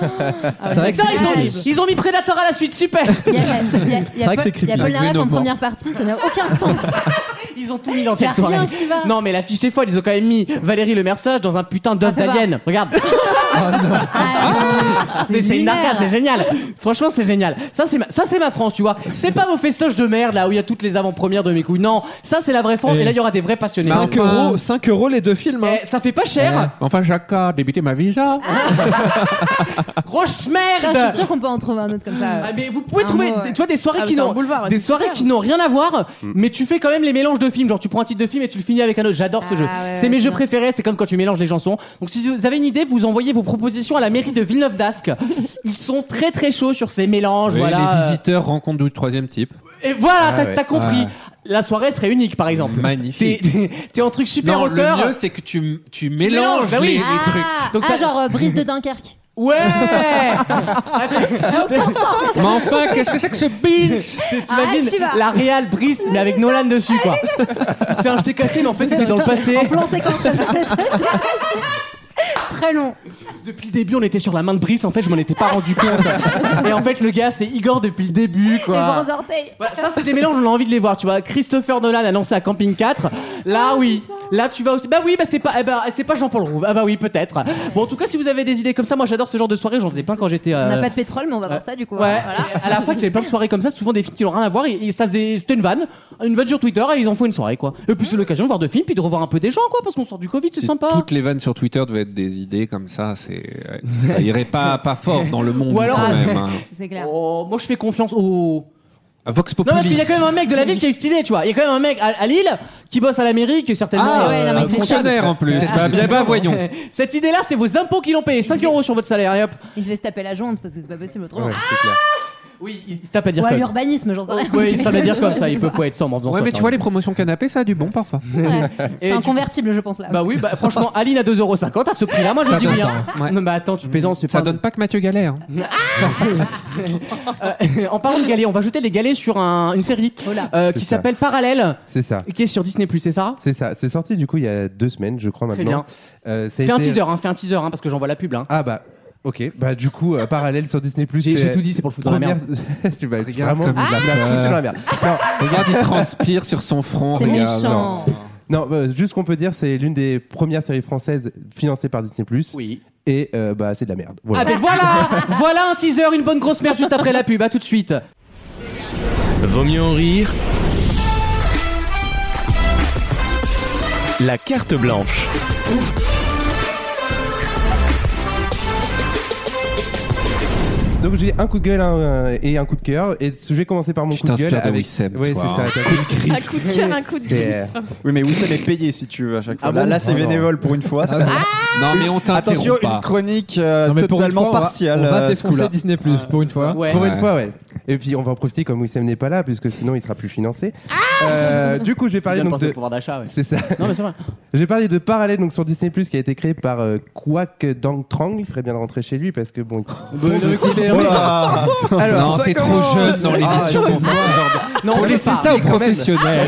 Speaker 5: c'est vrai que
Speaker 3: Ça,
Speaker 5: c'est
Speaker 3: ils, ont
Speaker 5: terrible.
Speaker 3: mis, ils ont mis Predator à la suite, super
Speaker 4: Il y a- il y a- il y
Speaker 5: C'est
Speaker 4: a
Speaker 5: vrai que
Speaker 4: Paul-
Speaker 5: c'est creepy.
Speaker 4: Il y a Paul
Speaker 5: Avec
Speaker 4: Naref en
Speaker 5: Xénophore.
Speaker 4: première partie, ça n'a aucun sens.
Speaker 3: *laughs* Ils ont tout mis dans
Speaker 4: Il y a
Speaker 3: cette soirée.
Speaker 4: rien qui va.
Speaker 3: Non mais l'affiche est folle, ils ont quand même mis Valérie Le Merçage dans un putain d'œuf
Speaker 4: Ah, fais
Speaker 3: d'alien. Regarde,
Speaker 4: Ah,
Speaker 3: c'est c'est une
Speaker 4: lunaire.
Speaker 3: arcade, c'est génial. Franchement, c'est génial. Ça c'est ma, ça c'est ma France, tu vois. C'est pas vos festoches de merde là où il y a toutes les avant-premières de mes couilles. Non, ça c'est la vraie France et,
Speaker 5: Et-
Speaker 3: là il y aura des vrais passionnés.
Speaker 5: 5
Speaker 2: enfin-
Speaker 5: euros, 5 euros les deux films. hein.
Speaker 3: Eh, ça fait pas cher,
Speaker 2: Enfin, Jacques, débiter ma visa.
Speaker 6: Ah,
Speaker 3: grosse
Speaker 4: Putain,
Speaker 3: merde.
Speaker 4: Je suis sûre qu'on peut en trouver un autre comme ça.
Speaker 3: bah. Ah, mais vous pouvez
Speaker 4: Un
Speaker 3: trouver
Speaker 4: mot,
Speaker 3: des,
Speaker 4: ouais.
Speaker 3: tu vois, des soirées
Speaker 8: Ah,
Speaker 3: qui
Speaker 8: c'est un
Speaker 3: n'ont
Speaker 8: boulevard, ouais,
Speaker 3: des
Speaker 8: c'est
Speaker 3: soirées
Speaker 8: clair.
Speaker 3: qui n'ont rien à voir
Speaker 2: Hmm.
Speaker 3: mais tu fais quand même les mélanges de films genre tu prends un titre de film et tu le finis avec un autre j'adore ce
Speaker 4: Ah,
Speaker 3: jeu
Speaker 4: ouais,
Speaker 3: c'est
Speaker 4: ouais,
Speaker 3: mes
Speaker 4: c'est
Speaker 3: jeux
Speaker 4: bien.
Speaker 3: préférés c'est comme quand tu mélanges les chansons donc si vous avez une idée vous envoyez vos propositions à la mairie de Villeneuve d'Ascq ils sont très très chauds sur ces mélanges voilà
Speaker 2: Les
Speaker 3: euh,
Speaker 2: visiteurs rencontrent du troisième type.
Speaker 3: et voilà t'as
Speaker 7: ouais.
Speaker 3: t'as compris la soirée serait unique par exemple T'es-
Speaker 2: Ah. Magnifique.
Speaker 3: t'es t'es en truc super
Speaker 2: Non, le
Speaker 3: hauteur
Speaker 2: mieux, c'est que tu, tu
Speaker 3: mélanges,
Speaker 2: mélanges
Speaker 3: bah oui.
Speaker 2: les, les
Speaker 4: Ah,
Speaker 2: trucs.
Speaker 3: Donc,
Speaker 4: ah,
Speaker 3: t'as-
Speaker 4: genre euh, Brise de Dunkerque.
Speaker 3: Ouais
Speaker 2: *laughs* Mais enfin, qu'est-ce que c'est que ce binge
Speaker 4: Ah, j'y
Speaker 3: T'imagines
Speaker 4: vas.
Speaker 3: la Real Brice, mais avec Nolan dessus,
Speaker 4: *laughs*
Speaker 3: quoi. Tu te fais un jeté cassé, mais en fait, t'es dans le passé.
Speaker 4: En plan séquence, comme ça. Très long.
Speaker 3: Depuis le début, on était sur la main de Brice, en fait, je m'en étais pas rendu compte. Et en fait, le gars, c'est Igor depuis le début,
Speaker 4: Les
Speaker 3: quoi.
Speaker 4: gros orteils.
Speaker 3: Voilà, ça, c'est des mélanges, on a envie de les voir, tu vois. Christopher Nolan annoncé à Camping 4. Là,
Speaker 4: Ah,
Speaker 3: oui. Là, tu vas aussi. Bah oui, bah c'est pas, eh ben, c'est pas Jean-Paul Rouve. Ah bah oui, peut-être. Bon, en tout cas, si vous avez des idées comme ça, moi, j'adore ce genre de soirée. J'en faisais plein quand j'étais.
Speaker 4: On
Speaker 3: euh,
Speaker 4: n'a pas de pétrole, mais on va voir ça du coup.
Speaker 3: Ouais,
Speaker 4: Voilà.
Speaker 3: à la fac, j'avais plein de soirées comme ça, souvent des films qui n'ont rien à voir, et, et ça faisait, c'était une vanne, une vanne sur Twitter, et ils en font une soirée, quoi. Et puis c'est l'occasion de voir deux films, puis de revoir un peu des gens, quoi, parce qu'on sort du Covid, c'est
Speaker 2: Si
Speaker 3: sympa.
Speaker 2: Toutes les vannes sur Twitter devaient être des idées comme ça. C'est ouais, ça irait pas pas fort dans le monde
Speaker 3: Ou alors-
Speaker 2: quand même. hein.
Speaker 4: C'est clair.
Speaker 3: Oh, moi je fais confiance au.
Speaker 2: À Vox
Speaker 3: Non, parce qu'il
Speaker 2: Populi.
Speaker 3: y a quand même un mec de la ville qui a eu cette idée, tu vois. Il y a quand même un mec à, à Lille qui bosse à la mairie, qui est certainement. euh,
Speaker 4: Ah ouais, non, mais
Speaker 2: Un
Speaker 4: il devait
Speaker 2: fonctionnaire en plus. Bah, bien bah, voyons.
Speaker 3: *laughs* Cette idée-là, c'est vos impôts qui l'ont payé, 5 euros sur votre salaire, et hop.
Speaker 4: Il devait se taper la jonte parce que c'est pas possible autrement.
Speaker 2: Ouais, c'est clair.
Speaker 3: Oui, il se tape à dire
Speaker 4: Ou à
Speaker 3: comme.
Speaker 4: l'urbanisme, j'en sais rien.
Speaker 3: Oui, il se tape à dire comme ça, il peut pas être sombre en faisant
Speaker 2: Ouais,
Speaker 3: ça,
Speaker 2: mais
Speaker 3: quand
Speaker 2: tu vois,
Speaker 3: même.
Speaker 2: les promotions canapé, ça a du bon parfois.
Speaker 4: Ouais.
Speaker 3: Et
Speaker 4: C'est un
Speaker 3: tu-
Speaker 4: convertible, je pense là.
Speaker 3: Bah oui, bah franchement, Aline à 2,50€ à ce prix-là, moi je
Speaker 2: Ça
Speaker 3: dis
Speaker 2: donne
Speaker 3: rien.
Speaker 2: pas. Ouais.
Speaker 3: Non, mais attends, tu plaisantes, c'est
Speaker 2: Ça
Speaker 3: pas.
Speaker 2: donne pas que Mathieu Galère. hein.
Speaker 3: Euh, *laughs* en parlant de galets, on va jeter les galets sur un- une série
Speaker 4: Oh là.
Speaker 3: euh,
Speaker 7: C'est
Speaker 3: qui
Speaker 7: ça.
Speaker 3: s'appelle Parallèle,
Speaker 7: C'est ça.
Speaker 3: qui est sur Disney+, c'est ça
Speaker 7: C'est ça. C'est sorti du coup il y a deux semaines, je crois
Speaker 3: Très bien.
Speaker 7: maintenant. Euh, ça a
Speaker 3: Fais un
Speaker 7: été-
Speaker 3: teaser, hein, fais un teaser, hein, parce que j'envoie la pub. Hein.
Speaker 7: Ah bah. Ok, bah du coup, euh, parallèle sur Disney+.
Speaker 3: J'ai j'ai tout dit, c'est pour le foutre dans la
Speaker 7: Première- *laughs*
Speaker 3: merde.
Speaker 7: tu vas être
Speaker 2: Regarde
Speaker 7: vraiment
Speaker 2: comme il
Speaker 7: la-
Speaker 2: a
Speaker 7: la
Speaker 2: peur.
Speaker 7: foutue dans la merde.
Speaker 2: Regarde, il transpire sur son front.
Speaker 4: C'est
Speaker 2: regarde.
Speaker 4: méchant.
Speaker 7: Non, bah, juste qu'on peut dire, c'est l'une des premières séries françaises financées par Disney+.
Speaker 3: Oui.
Speaker 7: Et euh, bah c'est de la merde. Voilà.
Speaker 3: Ah ben
Speaker 4: *laughs*
Speaker 3: voilà Voilà un teaser, une bonne grosse merde juste après la pub, à tout de suite.
Speaker 1: Vaut mieux en rire. La carte blanche.
Speaker 3: bah.
Speaker 7: Donc j'ai un coup de gueule hein, et un coup de cœur. Et je vais commencer par mon
Speaker 2: Tu
Speaker 7: coup de gueule
Speaker 2: t'inspires de
Speaker 7: avec.
Speaker 2: Wissem,
Speaker 7: ouais, c'est
Speaker 2: toi,
Speaker 7: ça.
Speaker 2: hein.
Speaker 7: t'as
Speaker 2: *laughs*
Speaker 7: compris.
Speaker 8: Un coup de cœur, un coup de
Speaker 7: C'est-
Speaker 8: gueule.
Speaker 6: Oui, mais oui, ça les payer si tu veux à chaque fois. là,
Speaker 7: bon
Speaker 6: là, c'est
Speaker 7: Ah non.
Speaker 6: bénévole pour une fois. Ça-
Speaker 2: Non, mais on
Speaker 6: Attention,
Speaker 2: t'interrompt pas.
Speaker 6: une chronique euh,
Speaker 5: Non, mais pour une
Speaker 6: totalement
Speaker 5: fois, on va-
Speaker 6: partielle.
Speaker 5: On va
Speaker 6: euh, ce
Speaker 5: défoncer
Speaker 6: coup-là.
Speaker 5: Disney Plus pour une fois.
Speaker 3: Ouais.
Speaker 7: Pour
Speaker 2: Ouais.
Speaker 7: une fois, ouais. Et puis on va en profiter comme Wissem n'est pas là, puisque sinon il sera plus financé.
Speaker 3: Ah
Speaker 7: Euh, du coup, je vais
Speaker 3: C'est
Speaker 7: parler
Speaker 3: bien de
Speaker 7: donc
Speaker 3: penser au
Speaker 7: de.
Speaker 3: pouvoir d'achat, ouais.
Speaker 7: C'est ça.
Speaker 3: Non mais c'est vrai.
Speaker 7: J'ai parlé de Parallèle donc sur Disney Plus qui a été créé par euh, Kwak Dang Trang. Il ferait bien de rentrer chez lui parce que bon.
Speaker 3: Ah, écoutez,
Speaker 6: Oh là
Speaker 2: non, t'es trop jeune
Speaker 3: Ah,
Speaker 2: dans l'émission. qu'on fait.
Speaker 6: Ah,
Speaker 3: non, on
Speaker 2: Faut
Speaker 3: laisse
Speaker 2: laisser
Speaker 3: ça.
Speaker 2: ça aux professionnels.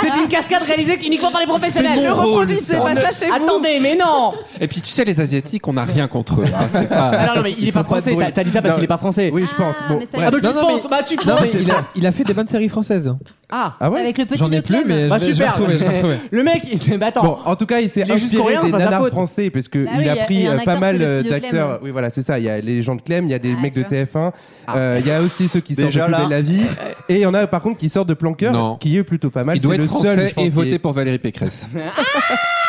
Speaker 3: C'est une cascade réalisée uniquement par les professionnels.
Speaker 2: mon
Speaker 3: Le
Speaker 2: rôle,
Speaker 3: reproduisez
Speaker 2: ça.
Speaker 3: pas ça chez vous. Attendez, mais non
Speaker 2: *laughs* Et puis, tu sais, les Asiatiques, on n'a rien contre eux. hein, c'est pas-
Speaker 3: Ah Non, non, mais il est pas français, t'as t'as dit ça parce
Speaker 7: Non.
Speaker 3: qu'il est pas français.
Speaker 7: Oui, je pense.
Speaker 4: Ah,
Speaker 7: Bon,
Speaker 4: mais ça-
Speaker 3: Ah bah tu
Speaker 5: Non, non,
Speaker 3: penses, bah tu
Speaker 5: Non,
Speaker 3: penses
Speaker 5: mais il a, il a fait des bonnes séries françaises.
Speaker 3: Ah
Speaker 7: Ah ouais.
Speaker 4: Avec le petit
Speaker 5: J'en ai
Speaker 4: de
Speaker 5: plus,
Speaker 4: Clem.
Speaker 5: mais je
Speaker 3: Bah
Speaker 5: vais- je vais
Speaker 3: super.
Speaker 5: retrouver, je vais retrouver.
Speaker 3: Le mec, il... bah attends,
Speaker 7: *laughs* Bon, en tout cas, il s'est
Speaker 3: Il est juste
Speaker 7: inspiré
Speaker 3: coréen,
Speaker 7: des
Speaker 3: c'est pas sa
Speaker 7: nanars
Speaker 3: faute.
Speaker 7: français parce que
Speaker 4: Bah
Speaker 7: il
Speaker 4: oui,
Speaker 7: a
Speaker 4: il y a-
Speaker 7: pris
Speaker 4: il y a un
Speaker 7: euh, pas
Speaker 4: acteur,
Speaker 7: mal
Speaker 4: c'est le
Speaker 7: euh,
Speaker 4: petit de Clem.
Speaker 7: d'acteurs. Oui, voilà, c'est ça. Il y a les gens de Clem, il y a des
Speaker 4: Ah,
Speaker 7: mecs
Speaker 4: tu
Speaker 7: de
Speaker 4: vois. Ah.
Speaker 7: TF1. euh, Il y a aussi ceux qui sortent de
Speaker 6: Déjà,
Speaker 7: Plus
Speaker 6: là.
Speaker 7: belle
Speaker 2: *laughs*
Speaker 7: la vie. Et il y en a par contre qui sortent de
Speaker 2: Non.
Speaker 7: Planqueur, qui est plutôt pas mal.
Speaker 2: Il doit
Speaker 7: C'est
Speaker 2: être
Speaker 7: le
Speaker 2: français
Speaker 7: seul, je pense,
Speaker 2: et
Speaker 7: qui
Speaker 2: voter
Speaker 7: est-
Speaker 2: pour Valérie
Speaker 7: *laughs*
Speaker 2: Pécresse.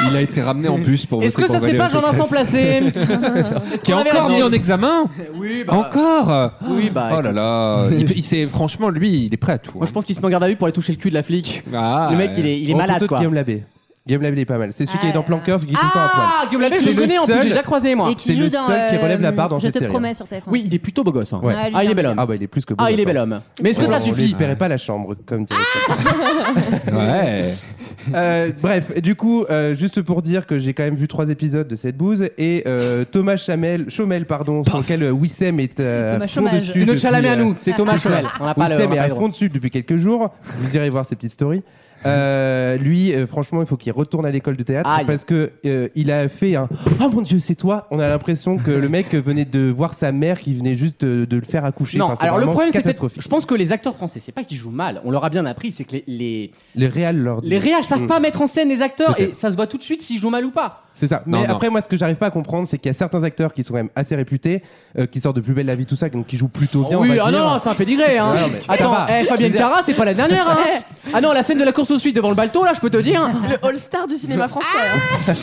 Speaker 2: Il a été ramené en bus pour voter
Speaker 3: est-ce
Speaker 2: pour
Speaker 3: que ça serait
Speaker 2: Valérie
Speaker 3: pas
Speaker 2: Pécresse.
Speaker 3: Jean-Vincent *laughs* Placé
Speaker 2: Qui est
Speaker 3: qu'on avait
Speaker 2: encore
Speaker 3: la
Speaker 2: mis en
Speaker 3: dit
Speaker 2: examen
Speaker 3: Oui, bah.
Speaker 2: Encore
Speaker 3: Oui, bah.
Speaker 2: Oh là là. Il, peut- il s'est- franchement, lui, il est prêt à tout.
Speaker 3: Moi, je pense qu'il se met en garde à vue pour aller toucher le cul de la flic.
Speaker 2: Ah,
Speaker 3: le mec, il est, il est
Speaker 7: Oh,
Speaker 3: malade,
Speaker 7: plutôt de
Speaker 3: quoi.
Speaker 7: Guillaume Labbé. Guillaume Labbé, il est pas mal. C'est celui qui
Speaker 4: Ah,
Speaker 7: est dans Planqueur, celui qui est tout le temps à poil.
Speaker 3: Ah, Guillaume Labbé, je
Speaker 7: C'est
Speaker 3: le
Speaker 7: le
Speaker 3: connais en plus,
Speaker 7: seul-
Speaker 3: j'ai déjà croisé, moi.
Speaker 4: Et qui
Speaker 7: C'est
Speaker 4: joue
Speaker 7: le
Speaker 4: dans,
Speaker 7: seul qui
Speaker 4: euh,
Speaker 7: relève la barre dans
Speaker 4: Je
Speaker 7: cette
Speaker 4: te
Speaker 7: série.
Speaker 4: promets sur TF1.
Speaker 3: Oui, il est plutôt beau gosse. hein.
Speaker 7: Ouais.
Speaker 4: Ah, lui,
Speaker 3: Ah, il est
Speaker 4: bien
Speaker 3: bel homme.
Speaker 7: Ah bah il est plus que bon.
Speaker 3: Ah, il est bel homme. Mais est-ce que ça
Speaker 7: Il
Speaker 3: suffit
Speaker 7: paierait pas la chambre comme dirait ça.
Speaker 2: Ah, ouais.
Speaker 7: Euh, bref, du coup, euh, juste pour dire que j'ai quand même vu trois épisodes de cette bouse et euh, Thomas Chamel, Chomel pardon, sur lequel euh, Wissem est euh,
Speaker 4: Thomas
Speaker 7: à fond
Speaker 4: Chômage.
Speaker 7: dessus.
Speaker 3: C'est notre
Speaker 7: depuis,
Speaker 3: Chalamet à
Speaker 7: euh,
Speaker 3: nous, c'est Thomas
Speaker 7: c'est ça.
Speaker 3: Chomel. On n'a pas le.
Speaker 7: Wissem
Speaker 3: on
Speaker 7: est
Speaker 3: n'a pas
Speaker 7: à
Speaker 3: le
Speaker 7: fond dessus depuis quelques jours. Vous irez voir ses petites stories. Euh, lui, euh, franchement, il faut qu'il retourne à l'école de théâtre
Speaker 3: Aïe.
Speaker 7: parce que euh, il a fait un Oh mon Dieu, c'est toi. On a l'impression que le mec venait de voir sa mère qui venait juste de, de le faire accoucher.
Speaker 3: Non,
Speaker 7: Enfin,
Speaker 3: alors le
Speaker 7: vraiment
Speaker 3: problème c'est peut-être.
Speaker 7: catastrophique.
Speaker 3: Je pense que les acteurs français, c'est pas qu'ils jouent mal, on leur a bien appris, c'est que les, les,
Speaker 7: Les réals leur
Speaker 3: les
Speaker 7: disent.
Speaker 3: réals savent
Speaker 7: Mm.
Speaker 3: pas mettre en scène les acteurs et
Speaker 7: Peut-être.
Speaker 3: ça se voit tout de suite s'ils jouent mal ou pas.
Speaker 7: C'est ça.
Speaker 2: Non,
Speaker 7: Mais
Speaker 2: non.
Speaker 7: après, moi, ce que j'arrive pas à comprendre, c'est qu'il y a certains acteurs qui sont quand même assez réputés, euh, qui sortent de plus belle la vie, tout ça, donc qui jouent plutôt bien. on
Speaker 3: oui,
Speaker 7: va
Speaker 3: ah
Speaker 7: dire.
Speaker 3: non, c'est un pédigré, hein.
Speaker 7: Ouais, mais-
Speaker 3: Attends,
Speaker 7: Ça va.
Speaker 3: eh, Fabienne Cara, c'est pas la dernière, hein. Ah non, la scène de la course au suite devant le balto, là, je peux te dire.
Speaker 8: Le all-star du cinéma français. hein.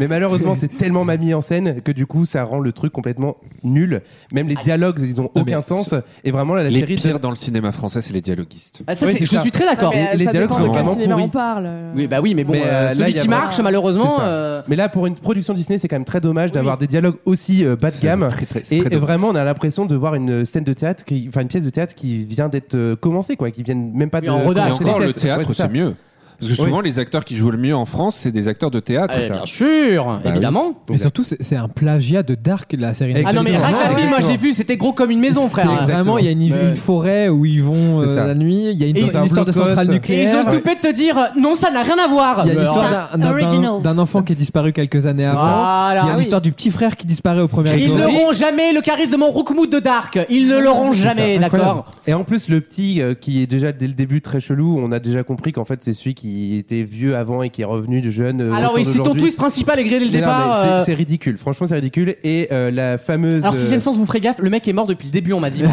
Speaker 7: Mais malheureusement, c'est tellement mal mis en scène que du coup, ça rend le truc complètement nul. Même les dialogues, ils ont
Speaker 2: Non, mais
Speaker 7: aucun sens. Et vraiment, là, la
Speaker 2: Les
Speaker 7: série.
Speaker 2: pires
Speaker 7: donne-
Speaker 2: dans le cinéma français, c'est les dialoguistes.
Speaker 3: Ah, ça,
Speaker 7: Oui,
Speaker 3: c'est-
Speaker 7: c'est
Speaker 3: je
Speaker 7: ça.
Speaker 3: suis très d'accord.
Speaker 8: Mais, euh,
Speaker 7: les
Speaker 8: ça
Speaker 7: dialogues
Speaker 8: dépend
Speaker 7: sont
Speaker 8: de quel
Speaker 7: vraiment
Speaker 8: cinéma
Speaker 7: pourris.
Speaker 8: on parle.
Speaker 3: Oui, bah oui, mais bon,
Speaker 7: Mais,
Speaker 3: euh,
Speaker 7: euh, là,
Speaker 3: celui
Speaker 7: il y a
Speaker 3: qui
Speaker 7: vraiment-
Speaker 3: marche, malheureusement.
Speaker 7: C'est ça.
Speaker 3: euh,
Speaker 7: Mais là, pour une production Disney, c'est quand même très dommage d'avoir des dialogues aussi euh, bas de
Speaker 2: C'est
Speaker 7: gamme.
Speaker 2: très, très- c'est
Speaker 7: Et
Speaker 2: très dommage.
Speaker 7: vraiment, on a l'impression de voir une scène de théâtre, qui, enfin une pièce de théâtre qui vient d'être euh, commencée, quoi, qui vient même pas
Speaker 3: Oui,
Speaker 7: de.
Speaker 3: en rodage.
Speaker 2: Et
Speaker 3: Ah,
Speaker 7: commencer les
Speaker 2: encore, le
Speaker 7: tests. Ouais,
Speaker 2: théâtre,
Speaker 7: Bah, c'est ça.
Speaker 2: c'est mieux. Parce que souvent, les acteurs qui jouent le mieux en France, c'est des acteurs de théâtre.
Speaker 3: Eh,
Speaker 2: ça.
Speaker 3: bien
Speaker 7: Bah
Speaker 3: sûr,
Speaker 2: oui.
Speaker 3: évidemment.
Speaker 5: Mais surtout, c'est c'est un plagiat de Dark, la série
Speaker 3: Ah non, mais
Speaker 5: Netflix.
Speaker 3: Rack la ville, moi j'ai vu, c'était gros comme une maison,
Speaker 5: C'est
Speaker 3: frère. hein.
Speaker 5: Vraiment, il y a une,
Speaker 3: Ouais.
Speaker 5: une forêt où ils vont
Speaker 7: C'est
Speaker 5: euh,
Speaker 7: ça.
Speaker 5: la nuit. Il y a une,
Speaker 7: Et
Speaker 5: une
Speaker 7: c'est un
Speaker 5: histoire de
Speaker 7: bloc
Speaker 5: centrale
Speaker 7: os.
Speaker 5: nucléaire.
Speaker 3: Et ils ont le toupet de te dire euh, non, ça n'a rien à voir. Bah,
Speaker 5: Il y a l'histoire
Speaker 3: Alors,
Speaker 5: d'un- d'un- d'un
Speaker 4: Originals.
Speaker 5: d'un enfant qui est disparu quelques années avant.
Speaker 3: Voilà.
Speaker 5: Il y a
Speaker 3: Ah oui.
Speaker 5: l'histoire du petit frère qui disparaît au premier
Speaker 3: Ils
Speaker 5: épisode.
Speaker 3: n'auront jamais le charisme de mon Rookmout de Dark. Ils ne l'auront jamais,
Speaker 5: Ah, incroyable.
Speaker 3: d'accord
Speaker 7: Et en plus, le petit euh, qui est déjà dès le début très chelou, on a déjà compris qu'en fait c'est celui qui était vieux avant et qui est revenu de jeune. euh,
Speaker 3: Alors
Speaker 7: autour
Speaker 3: oui, si ton
Speaker 7: d'aujourd'hui.
Speaker 3: twist principal est grillé dès le
Speaker 7: Mais non, mais
Speaker 3: départ.
Speaker 7: c'est-
Speaker 3: euh,
Speaker 7: c'est ridicule. Franchement, c'est ridicule. Et euh, la fameuse.
Speaker 3: Alors, sixième
Speaker 7: euh,
Speaker 3: sens, vous ferez gaffe, le mec est mort depuis le début, on m'a dit. moi.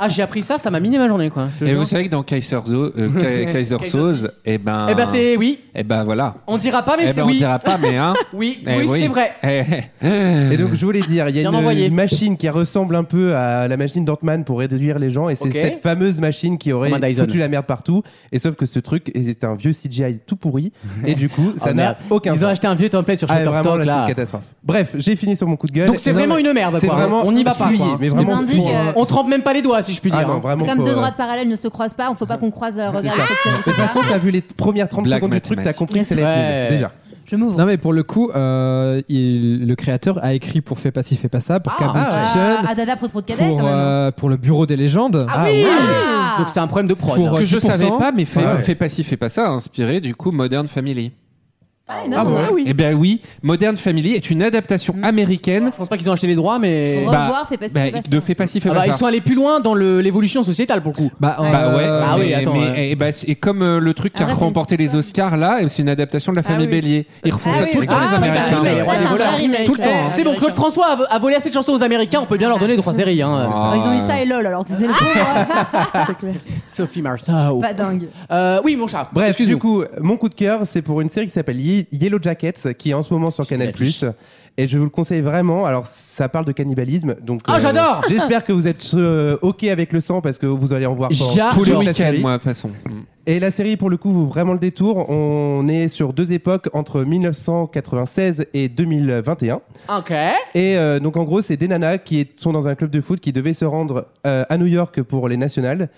Speaker 3: ah, j'ai appris ça, ça m'a miné ma journée, quoi. Je te
Speaker 2: Et
Speaker 3: jure.
Speaker 2: vous savez que dans Kaiser, Zo- euh, Ka- Kaiser Soze, eh ben,
Speaker 3: Eh ben, c'est oui.
Speaker 2: eh ben voilà.
Speaker 3: On dira pas, mais
Speaker 2: eh
Speaker 3: c'est
Speaker 2: ben, on
Speaker 3: oui.
Speaker 2: dira pas, mais hein.
Speaker 3: Oui,
Speaker 2: Eh
Speaker 3: oui, c'est vrai.
Speaker 2: *laughs* Eh, eh.
Speaker 7: Et donc, je voulais dire, il y a
Speaker 3: Bien
Speaker 7: une,
Speaker 3: envoyé.
Speaker 7: une machine qui ressemble un peu à la machine d'Antman pour réduire les gens, et c'est
Speaker 3: Ok.
Speaker 7: cette fameuse machine qui aurait
Speaker 3: Comme un Dyson.
Speaker 7: foutu la merde partout. Et sauf que ce truc, et c'était un vieux CGI tout pourri, et du coup,
Speaker 3: *laughs* Oh,
Speaker 7: ça n'a
Speaker 3: merde.
Speaker 7: aucun
Speaker 3: Ils ont
Speaker 7: sens.
Speaker 3: acheté un vieux template sur
Speaker 7: Ah, vraiment,
Speaker 3: Shutterstock,
Speaker 7: là, c'est une
Speaker 3: là.
Speaker 7: catastrophe. Bref, j'ai fini sur mon coup de gueule.
Speaker 3: Donc, c'est
Speaker 7: Non,
Speaker 3: vraiment
Speaker 7: mais
Speaker 3: une merde,
Speaker 7: c'est
Speaker 3: quoi.
Speaker 7: vraiment
Speaker 3: hein. On euh, n'y va pas,
Speaker 7: fuyez,
Speaker 3: quoi.
Speaker 7: mais
Speaker 4: Ils
Speaker 7: vraiment.
Speaker 4: ont dit
Speaker 7: fuyez.
Speaker 4: que-
Speaker 3: On trempe même pas les doigts, si je puis dire.
Speaker 7: Ah non,
Speaker 3: hein.
Speaker 7: vraiment.
Speaker 4: Comme
Speaker 7: faut,
Speaker 4: deux
Speaker 7: euh,
Speaker 4: droites parallèles ne se croisent pas, on faut pas qu'on croise. euh, Regarde, cette série,
Speaker 7: De toute
Speaker 4: c'est ça.
Speaker 7: façon, t'as vu les premières 30
Speaker 2: Black
Speaker 7: secondes du truc, t'as
Speaker 2: Mathematics.
Speaker 7: compris que c'est
Speaker 3: Yes.
Speaker 7: la
Speaker 3: Ouais.
Speaker 7: déjà.
Speaker 4: Je m'ouvre.
Speaker 5: Non mais pour le coup, euh, il- le créateur a écrit pour Fais pas ci, fais pas ça, pour
Speaker 3: Ah,
Speaker 5: Carbon
Speaker 3: ah ouais.
Speaker 5: Kitchen,
Speaker 4: Ah, Dada Prout Prout Cadel,
Speaker 5: pour,
Speaker 4: quand même. hein.
Speaker 5: euh, pour le Bureau des légendes.
Speaker 3: Ah oui
Speaker 4: Ah.
Speaker 3: Donc, c'est un problème de prod. hein.
Speaker 5: Pour-
Speaker 3: là.
Speaker 2: que je
Speaker 5: 10%.
Speaker 2: savais pas, mais fais,
Speaker 7: Ouais.
Speaker 2: fais pas ci, fais pas ça, a inspiré du coup Modern Family.
Speaker 4: Ah,
Speaker 8: Ah
Speaker 4: énorme.
Speaker 8: bon, ah oui.
Speaker 2: Eh bien oui, Modern Family est une adaptation américaine
Speaker 3: Je pense pas qu'ils ont acheté les droits, mais.
Speaker 4: Bah, Revoir, fais pas ci, fais pas ça.
Speaker 2: de Fais pas ci, fais
Speaker 3: Ah
Speaker 2: pas
Speaker 3: bah, ils
Speaker 2: ça.
Speaker 3: sont allés plus loin dans le- l'évolution sociétale pour le coup.
Speaker 5: Bah, euh,
Speaker 2: Bah ouais,
Speaker 3: Ah
Speaker 2: mais-
Speaker 3: oui, attends,
Speaker 2: mais-
Speaker 3: ouais.
Speaker 2: et, bah, c'est- et comme euh, le truc qui a
Speaker 4: Après, c'est
Speaker 2: remporté
Speaker 4: une-
Speaker 2: les Oscars là, et c'est une adaptation de la famille
Speaker 8: oui.
Speaker 2: Bélier. Ils refont
Speaker 4: Ah
Speaker 2: ça
Speaker 4: oui,
Speaker 2: tout le
Speaker 4: oui.
Speaker 2: temps les
Speaker 4: Ah, mais ça,
Speaker 2: Américains.
Speaker 4: ça,
Speaker 3: Ouais,
Speaker 4: ça, c'est un
Speaker 3: voilà.
Speaker 4: vrai remake.
Speaker 3: Tout le temps, hein. C'est bon, Claude François a, a volé assez de chansons aux Américains, on peut bien leur donner trois séries. Hein.
Speaker 4: Ah, Ils ont eu ça et LOL, alors disais le
Speaker 8: c'est clair.
Speaker 3: Sophie Marceau.
Speaker 4: Pas dingue.
Speaker 3: Euh, oui, mon chat.
Speaker 7: Bref,
Speaker 3: Excuse-nous.
Speaker 7: du coup, mon coup de cœur, c'est pour une série qui s'appelle Ye- Yellow Jackets, qui est en ce moment sur Canal+. Et je vous le conseille vraiment. Alors, ça parle de cannibalisme, donc. euh,
Speaker 3: Ah, j'adore
Speaker 7: J'espère que vous êtes euh, ok avec le sang parce que vous allez en voir. pendant-
Speaker 3: J'adore.
Speaker 2: Tous les
Speaker 7: toute la
Speaker 2: week-ends,
Speaker 7: série.
Speaker 2: moi, de toute façon.
Speaker 7: Et la série, pour le coup, vaut vraiment le détour. On est sur deux époques entre 1996 et 2021.
Speaker 3: Ok.
Speaker 7: Et euh, donc en gros, c'est des nanas qui est- sont dans un club de foot qui devaient se rendre euh, à New York pour les nationales.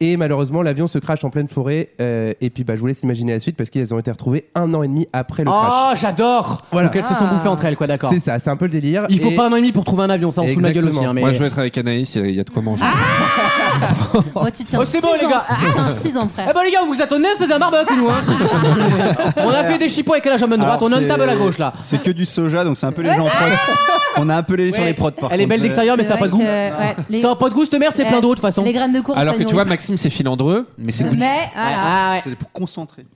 Speaker 7: Et malheureusement, l'avion se crache en pleine forêt. euh, et puis, bah, je vous laisse imaginer la suite parce qu'elles ont été retrouvées un an et demi après le
Speaker 3: Oh,
Speaker 7: crash.
Speaker 3: j'adore
Speaker 7: Voilà.
Speaker 3: Donc elles se sont
Speaker 4: Ah.
Speaker 3: bouffées entre elles, quoi, d'accord.
Speaker 7: C'est ça, c'est un peu le délire.
Speaker 3: Il faut
Speaker 7: Et-
Speaker 3: pas un an et demi pour trouver un avion, ça on se fout de la gueule aussi. hein,
Speaker 7: Exactement.
Speaker 3: mais...
Speaker 2: Moi, je vais être avec Anaïs, il y a- il y a de quoi manger.
Speaker 4: Ah, Moi, tu tiens
Speaker 3: Oh, c'est bon, les
Speaker 4: six ans, Ah,
Speaker 3: gars.
Speaker 4: tu tiens 6 ans, frère.
Speaker 3: Eh ben les gars, on vous attendez, on faisait un barbecue, nous.
Speaker 7: *laughs*
Speaker 3: Hein. on a fait des chipots avec la jambe droite,
Speaker 6: Alors,
Speaker 3: on a une
Speaker 6: c'est-
Speaker 3: table à gauche là.
Speaker 6: C'est que du soja, donc c'est un peu les gens On a un peu les sur
Speaker 3: Ouais.
Speaker 6: les prods par
Speaker 3: Elle est belle
Speaker 6: contre.
Speaker 3: d'extérieur, mais ça n'a
Speaker 4: C'est
Speaker 3: pas de goût.
Speaker 4: vrai que, Euh, ouais, les-
Speaker 3: Ça n'a pas de goût, cette merde, c'est plein d'eau de toute façon.
Speaker 4: Les graines de courge,
Speaker 2: Alors
Speaker 4: ça
Speaker 2: que tu
Speaker 4: nourrit.
Speaker 2: vois, Maxime, c'est filandreux, mais c'est goût
Speaker 4: Mais, voilà.
Speaker 3: Ah ouais.
Speaker 6: C'est pour concentrer.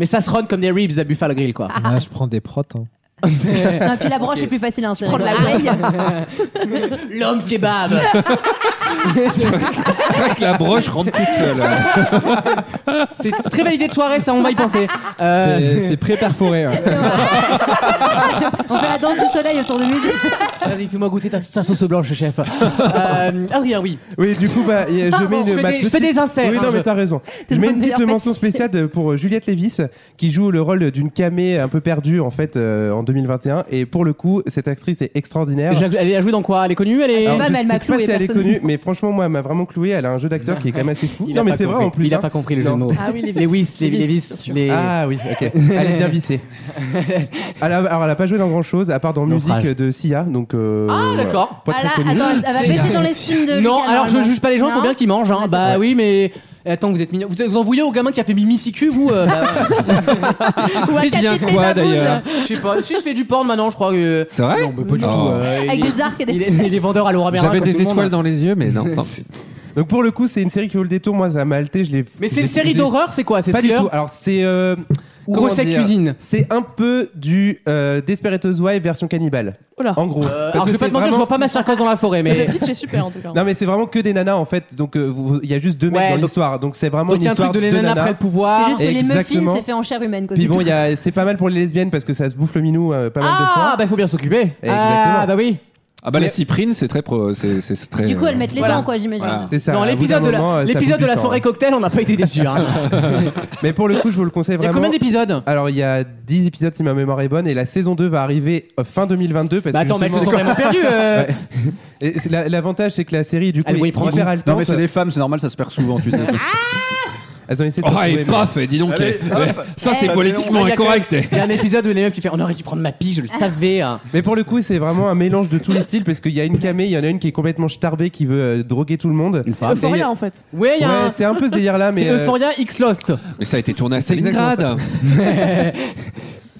Speaker 3: Mais ça se run comme des ribs à Buffalo Grill, quoi.
Speaker 5: ah, je prends des protes. hein.
Speaker 4: Non, puis la broche est plus facile à insérer.
Speaker 8: Prendre la
Speaker 4: Ah,
Speaker 8: veille.
Speaker 3: L'homme kebab
Speaker 2: C'est vrai que la broche rentre toute seule.
Speaker 3: C'est une très belle idée de soirée, ça, on va y penser. Euh,
Speaker 5: C'est c'est pré-perforé. ouais.
Speaker 4: On fait la danse du soleil autour de lui.
Speaker 3: Vas-y, fais-moi goûter ta, ta sauce blanche,
Speaker 7: *laughs*
Speaker 3: chef. Euh, Adrien, oui.
Speaker 7: Oui, du coup, bah, y a- je
Speaker 3: Pardon,
Speaker 7: mets une,
Speaker 3: je fais
Speaker 7: ma
Speaker 3: des- je fais des inserts,
Speaker 7: Oui,
Speaker 3: hein,
Speaker 7: non,
Speaker 3: je-
Speaker 7: mais
Speaker 3: *laughs*
Speaker 7: t'as raison.
Speaker 4: T'es
Speaker 7: Je mets
Speaker 4: le
Speaker 7: une petite
Speaker 4: meilleur
Speaker 7: mention
Speaker 4: pâtissier.
Speaker 7: spéciale pour euh, Juliette Lévis, qui joue le rôle d'une camée un peu perdue, en fait, euh, en 2021. Et pour le coup, cette actrice est extraordinaire.
Speaker 3: Elle elle a joué dans quoi Elle est connue Elle est.
Speaker 4: Alors, Pas mal,
Speaker 7: je
Speaker 4: elle m'a
Speaker 7: sais pas
Speaker 4: cloué,
Speaker 7: si elle est
Speaker 4: personne.
Speaker 7: connue, mais franchement, moi, elle m'a vraiment cloué. Elle a un jeu d'acteur qui est quand même assez fou.
Speaker 3: Il a
Speaker 7: non, mais
Speaker 3: pas
Speaker 7: c'est vrai
Speaker 3: compris.
Speaker 7: en plus.
Speaker 3: Il a
Speaker 7: hein.
Speaker 3: pas compris le jeu de
Speaker 7: Non.
Speaker 3: mots.
Speaker 8: Ah oui, les
Speaker 3: Les Wiss, les
Speaker 8: Lévis,
Speaker 3: Lévis,
Speaker 8: bien sûr.
Speaker 3: les.
Speaker 7: Ah oui, ok. Elle est
Speaker 3: *laughs*
Speaker 7: bien vissée. elle a- alors, elle a pas joué dans grand chose, à part dans
Speaker 3: Naufrage.
Speaker 7: musique de Sia, donc. euh,
Speaker 3: Ah, d'accord.
Speaker 7: Pas
Speaker 4: Ah
Speaker 7: très
Speaker 4: là,
Speaker 7: connue.
Speaker 4: attends, elle va baisser dans l'estime de.
Speaker 3: Non,
Speaker 4: Lucas,
Speaker 3: alors je
Speaker 4: normalement.
Speaker 3: juge pas les gens, faut
Speaker 4: Non.
Speaker 3: bien qu'ils mangent. Hein.
Speaker 4: Ouais, c'est
Speaker 3: Bah
Speaker 4: vrai.
Speaker 3: oui, mais. Attends, vous êtes mignon. Vous vous en vouillez au gamin qui a fait Mimi Sicu, vous euh, bah,
Speaker 4: *laughs*
Speaker 8: Ou à
Speaker 2: Il devient
Speaker 8: Cathy
Speaker 2: quoi
Speaker 8: Baboune.
Speaker 2: d'ailleurs
Speaker 3: Je sais pas. Si je fais du porn maintenant, je crois que.
Speaker 2: C'est vrai
Speaker 3: Non, mais pas du
Speaker 7: Ah.
Speaker 2: Oh.
Speaker 3: tout. euh,
Speaker 4: Avec
Speaker 3: il, est,
Speaker 4: des arcs et des.
Speaker 3: il est- il est vendeur à Laura Merlin.
Speaker 2: J'avais
Speaker 3: comme tout
Speaker 2: des
Speaker 3: le monde. hein.
Speaker 2: étoiles dans les yeux, mais non. non.
Speaker 7: *laughs* Donc pour le coup, c'est une série qui vaut le détour. Moi, ça m'a halté. Je l'ai.
Speaker 3: Mais
Speaker 7: je
Speaker 3: c'est
Speaker 7: l'ai-
Speaker 3: une série
Speaker 7: je l'ai-
Speaker 3: d'horreur, c'est quoi C'est
Speaker 7: Pas du
Speaker 3: thriller
Speaker 7: tout. Alors c'est euh,
Speaker 3: Ou
Speaker 7: comment
Speaker 3: recette
Speaker 7: dire
Speaker 3: cuisine.
Speaker 7: C'est un peu du euh, Desperate Housewives version cannibale.
Speaker 8: Oula.
Speaker 7: En gros.
Speaker 3: Euh, alors
Speaker 7: Parce que
Speaker 3: je vais pas
Speaker 7: c'est
Speaker 3: te mentir, je
Speaker 7: vraiment-
Speaker 3: vois pas ma circose dans la forêt, mais.
Speaker 7: *laughs*
Speaker 8: Le pitch est super en tout cas.
Speaker 7: Non mais c'est vraiment que des nanas en fait. Donc euh, vous- vous- il y a juste deux mecs
Speaker 3: Ouais,
Speaker 7: dans
Speaker 3: donc-
Speaker 7: l'histoire. Donc c'est vraiment
Speaker 3: Donc il
Speaker 7: une
Speaker 3: y a un
Speaker 7: histoire
Speaker 3: truc de
Speaker 7: de
Speaker 3: Léna
Speaker 7: nanas.
Speaker 3: après le
Speaker 4: C'est
Speaker 3: pouvoir.
Speaker 4: juste que les muffins,
Speaker 7: Exactement.
Speaker 4: c'est fait en chair humaine. quoi,
Speaker 7: Puis
Speaker 4: c'est
Speaker 7: bon,
Speaker 4: tout.
Speaker 7: il y a- c'est pas mal pour les lesbiennes parce que ça se bouffe le minou euh, pas mal de
Speaker 3: Ah,
Speaker 7: fois.
Speaker 3: bah il faut bien s'occuper. Ah,
Speaker 7: Exactement.
Speaker 3: bah oui.
Speaker 2: Ah bah la cyprine, c'est très pro, c'est c'est- c'est très. euh,
Speaker 4: Du coup, elles mettent les
Speaker 3: Voilà.
Speaker 4: dents, quoi, j'imagine.
Speaker 2: Voilà.
Speaker 7: C'est ça.
Speaker 3: bah, Dans
Speaker 7: à bout d'un
Speaker 3: l'épisode de
Speaker 7: moment,
Speaker 3: la-
Speaker 7: euh, ça
Speaker 3: l'épisode de la
Speaker 7: bouffe du sang,
Speaker 3: soirée
Speaker 7: hein.
Speaker 3: cocktail, on n'a pas été déçus.
Speaker 7: *laughs*
Speaker 3: hein.
Speaker 7: Mais pour le coup, je vous le conseille
Speaker 3: *laughs* Il y a
Speaker 7: vraiment.
Speaker 3: combien d'épisodes
Speaker 7: Alors il y a 10 épisodes si ma mémoire est bonne et la saison 2 va arriver euh, fin 2022 parce
Speaker 3: Bah
Speaker 7: que
Speaker 3: attends, mais elles se sont
Speaker 7: justement-
Speaker 3: vraiment perdues. euh.
Speaker 7: Ouais. *laughs* Et c'est la- L'avantage c'est que la série du coup
Speaker 3: Elle voulait
Speaker 7: est
Speaker 3: prendre
Speaker 7: hyper
Speaker 3: goût.
Speaker 7: haletante.
Speaker 6: Non mais c'est des femmes, c'est normal, ça se perd souvent, tu sais. ça.
Speaker 7: Elles ont essayé de
Speaker 2: Oh,
Speaker 7: trouver,
Speaker 2: et
Speaker 7: mais-
Speaker 2: paf, dis donc.
Speaker 6: Allez,
Speaker 2: eh,
Speaker 6: hop.
Speaker 2: eh, ça, c'est
Speaker 4: Eh,
Speaker 2: politiquement
Speaker 3: Il y a quand même-
Speaker 2: incorrect. eh.
Speaker 3: Il y a un épisode où il y a une meuf qui fait On aurait dû prendre ma pige, je le savais. hein.
Speaker 7: Mais pour le coup, c'est vraiment un mélange de tous les styles parce qu'il y a une camée, il y en a une qui est complètement starbée qui veut euh, droguer tout le monde.
Speaker 3: Une femme.
Speaker 7: Et-
Speaker 8: *laughs* Euphoria en fait.
Speaker 3: Ouais, il y a
Speaker 7: Ouais,
Speaker 3: un.
Speaker 7: c'est un peu ce délire là, mais
Speaker 3: hein. C'est
Speaker 7: euh,
Speaker 3: Euphoria X Lost.
Speaker 2: Mais ça a été tourné à
Speaker 7: C'est exactement
Speaker 2: Stalingrad.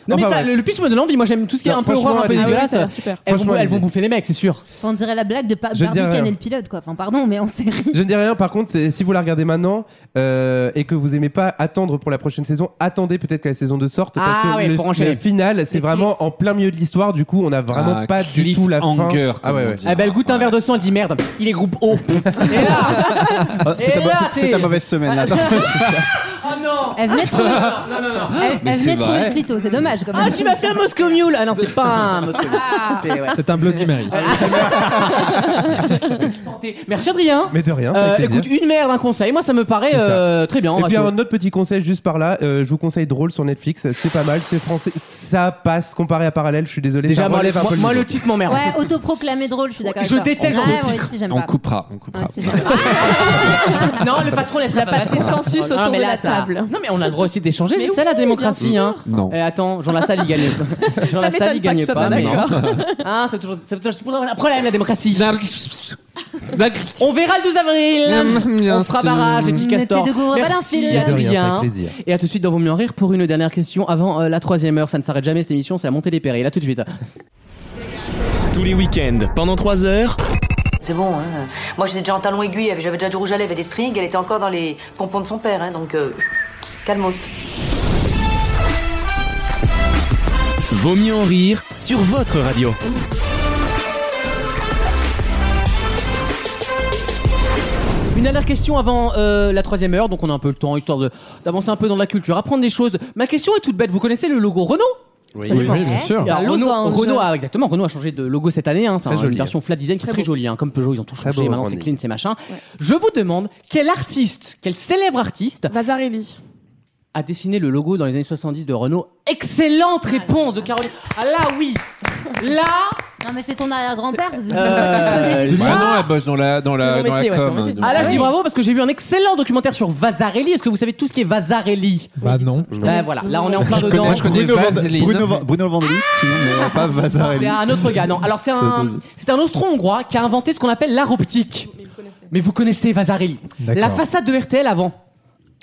Speaker 3: Non, mais
Speaker 7: Enfin,
Speaker 3: ça,
Speaker 7: ouais.
Speaker 3: le, le pitch me donne envie. Moi, j'aime tout ce qui est
Speaker 7: Non,
Speaker 3: un peu
Speaker 7: franchement,
Speaker 3: horreur, un peu
Speaker 7: allez-y.
Speaker 8: Ah ouais,
Speaker 3: dégueulasse.
Speaker 8: ça a l'air super.
Speaker 3: Elles
Speaker 7: Franchement,
Speaker 3: vont, elles vont
Speaker 7: allez-y.
Speaker 3: bouffer les mecs, c'est sûr.
Speaker 4: On dirait la blague de pa-
Speaker 7: Je veux
Speaker 4: Barbie
Speaker 7: dire, euh,
Speaker 4: Ken et le pilote, quoi. Enfin, pardon, mais on s'est ri.
Speaker 7: je ne dis rien. Par contre, c'est- si vous la regardez maintenant euh, et que vous aimez pas attendre pour la prochaine saison, attendez peut-être que la saison 2 sorte parce
Speaker 3: Ah
Speaker 7: que
Speaker 3: ouais,
Speaker 7: le,
Speaker 3: pour enchaîner.
Speaker 7: le final, c'est
Speaker 4: Les
Speaker 7: vraiment en plein milieu de l'histoire. Du coup, on a vraiment
Speaker 2: Ah,
Speaker 7: pas du tout la fin.
Speaker 2: cliffhanger,
Speaker 7: Ah
Speaker 2: comme
Speaker 7: ouais,
Speaker 2: on
Speaker 7: ouais.
Speaker 2: dit.
Speaker 3: Ah bah, elle goûte un verre de sang, elle dit merde, il est groupe
Speaker 7: *laughs*
Speaker 3: O. Et là
Speaker 6: Ah, c'est
Speaker 3: Et
Speaker 6: ta,
Speaker 3: là, Ah,
Speaker 6: c'est- c'est
Speaker 3: t'es-
Speaker 6: ta mauvaise
Speaker 3: *laughs*
Speaker 6: semaine là.
Speaker 3: Oh non
Speaker 4: Elle venait de trouver,
Speaker 3: Non, non, non
Speaker 4: elle,
Speaker 2: Mais
Speaker 4: elle
Speaker 2: c'est
Speaker 4: venait de trouver
Speaker 2: vrai.
Speaker 4: le clito, c'est dommage quand même.
Speaker 3: Ah, tu m'as fait un Moscow Mule Ah non, c'est pas un Moscow Mule.
Speaker 7: Ah.
Speaker 3: C'est- ouais.
Speaker 5: C'est un Bloody Mary.
Speaker 3: Santé. Merci Adrien
Speaker 7: Mais de rien.
Speaker 3: Euh,
Speaker 7: avec plaisir.
Speaker 3: Écoute, une merde, un conseil, moi ça me paraît
Speaker 7: C'est ça. Eh
Speaker 3: euh, très bien.
Speaker 7: Et puis
Speaker 3: ratio.
Speaker 7: un autre petit conseil juste par là, euh, je vous conseille Drôle sur Netflix, c'est pas mal, c'est français, ça passe comparé à Parallèle, je suis désolé,
Speaker 3: Déjà,
Speaker 7: ça
Speaker 3: moi,
Speaker 7: relève un
Speaker 3: moi-
Speaker 7: peu le
Speaker 3: moi, le
Speaker 7: niveau.
Speaker 3: titre m'emmerde.
Speaker 4: Ouais, autoproclamé drôle, je suis d'accord. avec
Speaker 3: Je
Speaker 4: toi.
Speaker 3: déteste genre
Speaker 4: ouais,
Speaker 3: le
Speaker 4: moi
Speaker 3: titre.
Speaker 4: aussi, j'aime
Speaker 2: On
Speaker 4: pas. Ah,
Speaker 2: coupera, on coupera.
Speaker 4: Moi aussi, j'aime pas.
Speaker 3: Non, le patron laisse la
Speaker 8: pas de consensus
Speaker 3: Non,
Speaker 8: autour
Speaker 3: mais
Speaker 8: de
Speaker 3: là,
Speaker 8: la
Speaker 3: ça-
Speaker 8: table.
Speaker 3: Non, mais on a le droit aussi d'échanger,
Speaker 8: Mais
Speaker 3: c'est ça
Speaker 8: oui,
Speaker 3: la
Speaker 8: bien
Speaker 3: démocratie.
Speaker 8: sûr.
Speaker 3: Hein.
Speaker 2: Non.
Speaker 3: Eh, attends, Jean Lassalle il
Speaker 8: *laughs*
Speaker 3: gagne. Jean
Speaker 8: Ça
Speaker 3: Lassalle il
Speaker 8: m'étonne pas que
Speaker 3: gagne
Speaker 8: ce soit
Speaker 3: pas.
Speaker 8: pas
Speaker 3: mais non.
Speaker 8: d'accord.
Speaker 3: *laughs* Hein, c'est toujours, c'est toujours un problème la démocratie. On verra le 12 avril. On fera barrage, les petits
Speaker 4: Mettez
Speaker 3: castors.
Speaker 4: de gros ballons fil.
Speaker 3: Merci
Speaker 4: Mais de
Speaker 7: rien, c'est avec
Speaker 3: Adrien.
Speaker 7: plaisir.
Speaker 3: Et à tout de suite dans Vaut mieux en rire pour une dernière question avant euh, la troisième heure. Ça ne s'arrête jamais cette émission, c'est la montée des périls. À tout de suite.
Speaker 1: Tous les week-ends, pendant 3 heures,
Speaker 11: C'est bon, hein. Moi, j'étais déjà en talon aiguille, j'avais déjà du rouge à lèvres et des strings, elle était encore dans les pompons de son père, hein, donc euh, calmos.
Speaker 1: Vaut mieux en rire sur votre radio.
Speaker 3: Une dernière question avant euh, la troisième heure, donc on a un peu le temps, histoire de- d'avancer un peu dans la culture, apprendre des choses. Ma question est toute bête, vous connaissez le logo Renault
Speaker 5: Oui, oui, bien
Speaker 4: Ouais.
Speaker 5: sûr.
Speaker 3: Alors,
Speaker 8: Bah,
Speaker 3: Renault,
Speaker 8: losange.
Speaker 3: Renault a exactement Renault a changé de logo cette année hein, c'est
Speaker 7: Très
Speaker 3: un- une
Speaker 7: joli.
Speaker 3: version flat design qui est très, jolie hein, comme Peugeot ils ont tout
Speaker 7: Très
Speaker 3: changé
Speaker 7: beau
Speaker 3: maintenant c'est
Speaker 7: branding.
Speaker 3: clean c'est machin je vous demande quel artiste quel célèbre artiste
Speaker 8: Vazarelli.
Speaker 3: a dessiné le logo dans les années 70 de Renault excellente réponse de Caroline ah là oui là
Speaker 4: Non, mais c'est ton arrière-grand-père. c'est- c'est-
Speaker 3: Euh,
Speaker 4: Ah, tu
Speaker 2: Bah
Speaker 4: connais.
Speaker 2: non, elle bosse dans la, Euh, dans la,
Speaker 8: C'est
Speaker 2: dans la
Speaker 8: mon métier, ouais, c'est mon
Speaker 2: com.
Speaker 8: métier.
Speaker 2: donc,
Speaker 3: ah là je
Speaker 2: euh,
Speaker 3: dis bravo parce que j'ai vu un excellent documentaire sur Vasarelli est-ce que vous savez tout ce qui est Vasarelli
Speaker 5: Bah non.
Speaker 3: Là, Ben, voilà là on est en plein
Speaker 2: connais-
Speaker 3: dedans
Speaker 2: je connais
Speaker 6: Bruno, Vand-
Speaker 2: Vaseline.
Speaker 6: Bruno, Van- Bruno Vandely, sinon, mais euh, pas Vasarelli.
Speaker 3: C'est un autre gars, non. Alors, c'est un, c'est un austro-hongrois qui a inventé ce qu'on appelle l'art optique. Mais vous connaissez Vasarelli.
Speaker 5: D'accord.
Speaker 3: La façade de RTL avant.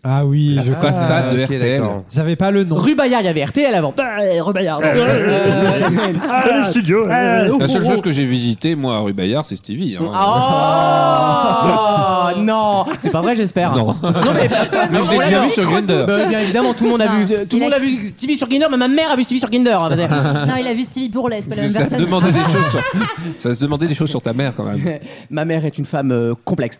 Speaker 5: Ah oui, je
Speaker 7: Ah,
Speaker 2: façade de
Speaker 7: ok,
Speaker 2: RTL.
Speaker 7: d'accord.
Speaker 5: J'avais pas le nom.
Speaker 3: Rue Bayard, il y avait RTL avant.
Speaker 4: Bah,
Speaker 3: Euh, Rue Bayard.
Speaker 7: Ah,
Speaker 3: le Ah, studio.
Speaker 7: euh,
Speaker 2: La seule chose que j'ai visitée, moi, à rue Bayard, c'est Stevie. hein.
Speaker 3: Ah, Oh non, c'est pas vrai, j'espère.
Speaker 2: Non.
Speaker 3: mais,
Speaker 2: Mais je l'ai
Speaker 3: on
Speaker 2: déjà
Speaker 3: l'a
Speaker 2: vu sur Grindr.
Speaker 3: Bah, bien évidemment, tout le monde a vu, euh, tout le
Speaker 4: Ah. Il
Speaker 3: monde
Speaker 4: a-
Speaker 3: a vu Stevie sur Grindr, mais ma mère a vu Stevie sur Grindr. hein, peut-être.
Speaker 4: Non, il a vu Stevie Bourlet, c'est pas la même
Speaker 2: Ça se
Speaker 4: personne.
Speaker 2: demandait des choses sur, *laughs* ça se demandait des choses sur ta mère quand même.
Speaker 3: *laughs* Ma mère est une femme euh, complexe.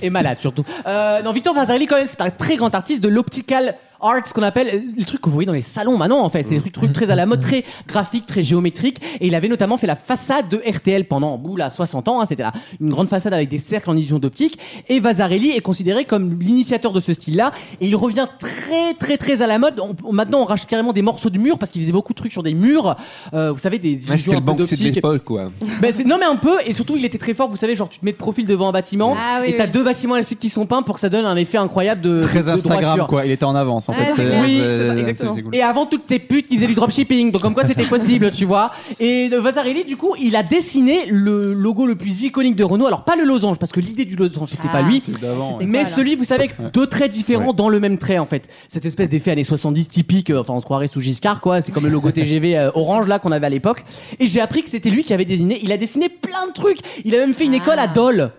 Speaker 3: et malade surtout. Euh, non, Victor Vasarely, quand même, c'est un très grand artiste de l'optical art, ce qu'on appelle euh, les trucs que vous voyez dans les salons maintenant, en fait. C'est des trucs, trucs très à la mode, très graphiques, très géométriques. Et il avait notamment fait la façade de RTL pendant, boula, 60 ans. hein. C'était là, une grande façade avec des cercles en illusion d'optique. Et Vasarely est considéré comme l'initiateur de ce style-là. Et il revient très, très, très à la mode. On- on- maintenant, on rachète carrément des morceaux de murs parce qu'il faisait beaucoup de trucs sur des murs. Euh, vous savez, des
Speaker 2: Ah,
Speaker 3: illusions
Speaker 2: C'était le
Speaker 3: un peu
Speaker 2: banquier de
Speaker 3: d'optique.
Speaker 2: l'époque, quoi.
Speaker 3: Ben, c'est- non mais un peu et surtout il était très fort vous savez genre tu te mets de profil devant un bâtiment
Speaker 4: Ah oui,
Speaker 3: et t'as
Speaker 4: oui.
Speaker 3: deux bâtiments à la suite qui sont peints pour que ça donne un effet incroyable de de-
Speaker 6: Très
Speaker 3: de
Speaker 6: Instagram
Speaker 3: droiture.
Speaker 6: quoi, il était en avance en
Speaker 4: Ah,
Speaker 6: fait.
Speaker 4: c'est clair.
Speaker 3: Oui,
Speaker 8: c'est ça,
Speaker 6: c'est-
Speaker 8: exactement.
Speaker 6: c'est cool.
Speaker 3: Et avant toutes ces putes qui faisaient du dropshipping, donc comme quoi c'était possible, tu vois. Et euh, Vasarely, du coup, il a dessiné le logo le plus iconique de Renault. Alors pas le losange, parce que l'idée du losange c'était
Speaker 4: Ah.
Speaker 3: pas lui,
Speaker 6: C'est d'avant. ouais.
Speaker 4: C'est
Speaker 3: mais
Speaker 4: quoi, alors
Speaker 3: celui, vous savez, avec deux traits différents dans le même trait, en fait. Cette espèce d'effet années 70 typique, euh, enfin, on se croirait sous Giscard, quoi. C'est comme le logo
Speaker 2: *laughs*
Speaker 3: TGV euh, orange, là, qu'on avait à l'époque. Et j'ai appris que c'était lui qui avait dessiné. Il a dessiné plein de trucs. Il a même fait une
Speaker 4: Ah.
Speaker 3: école à Dole.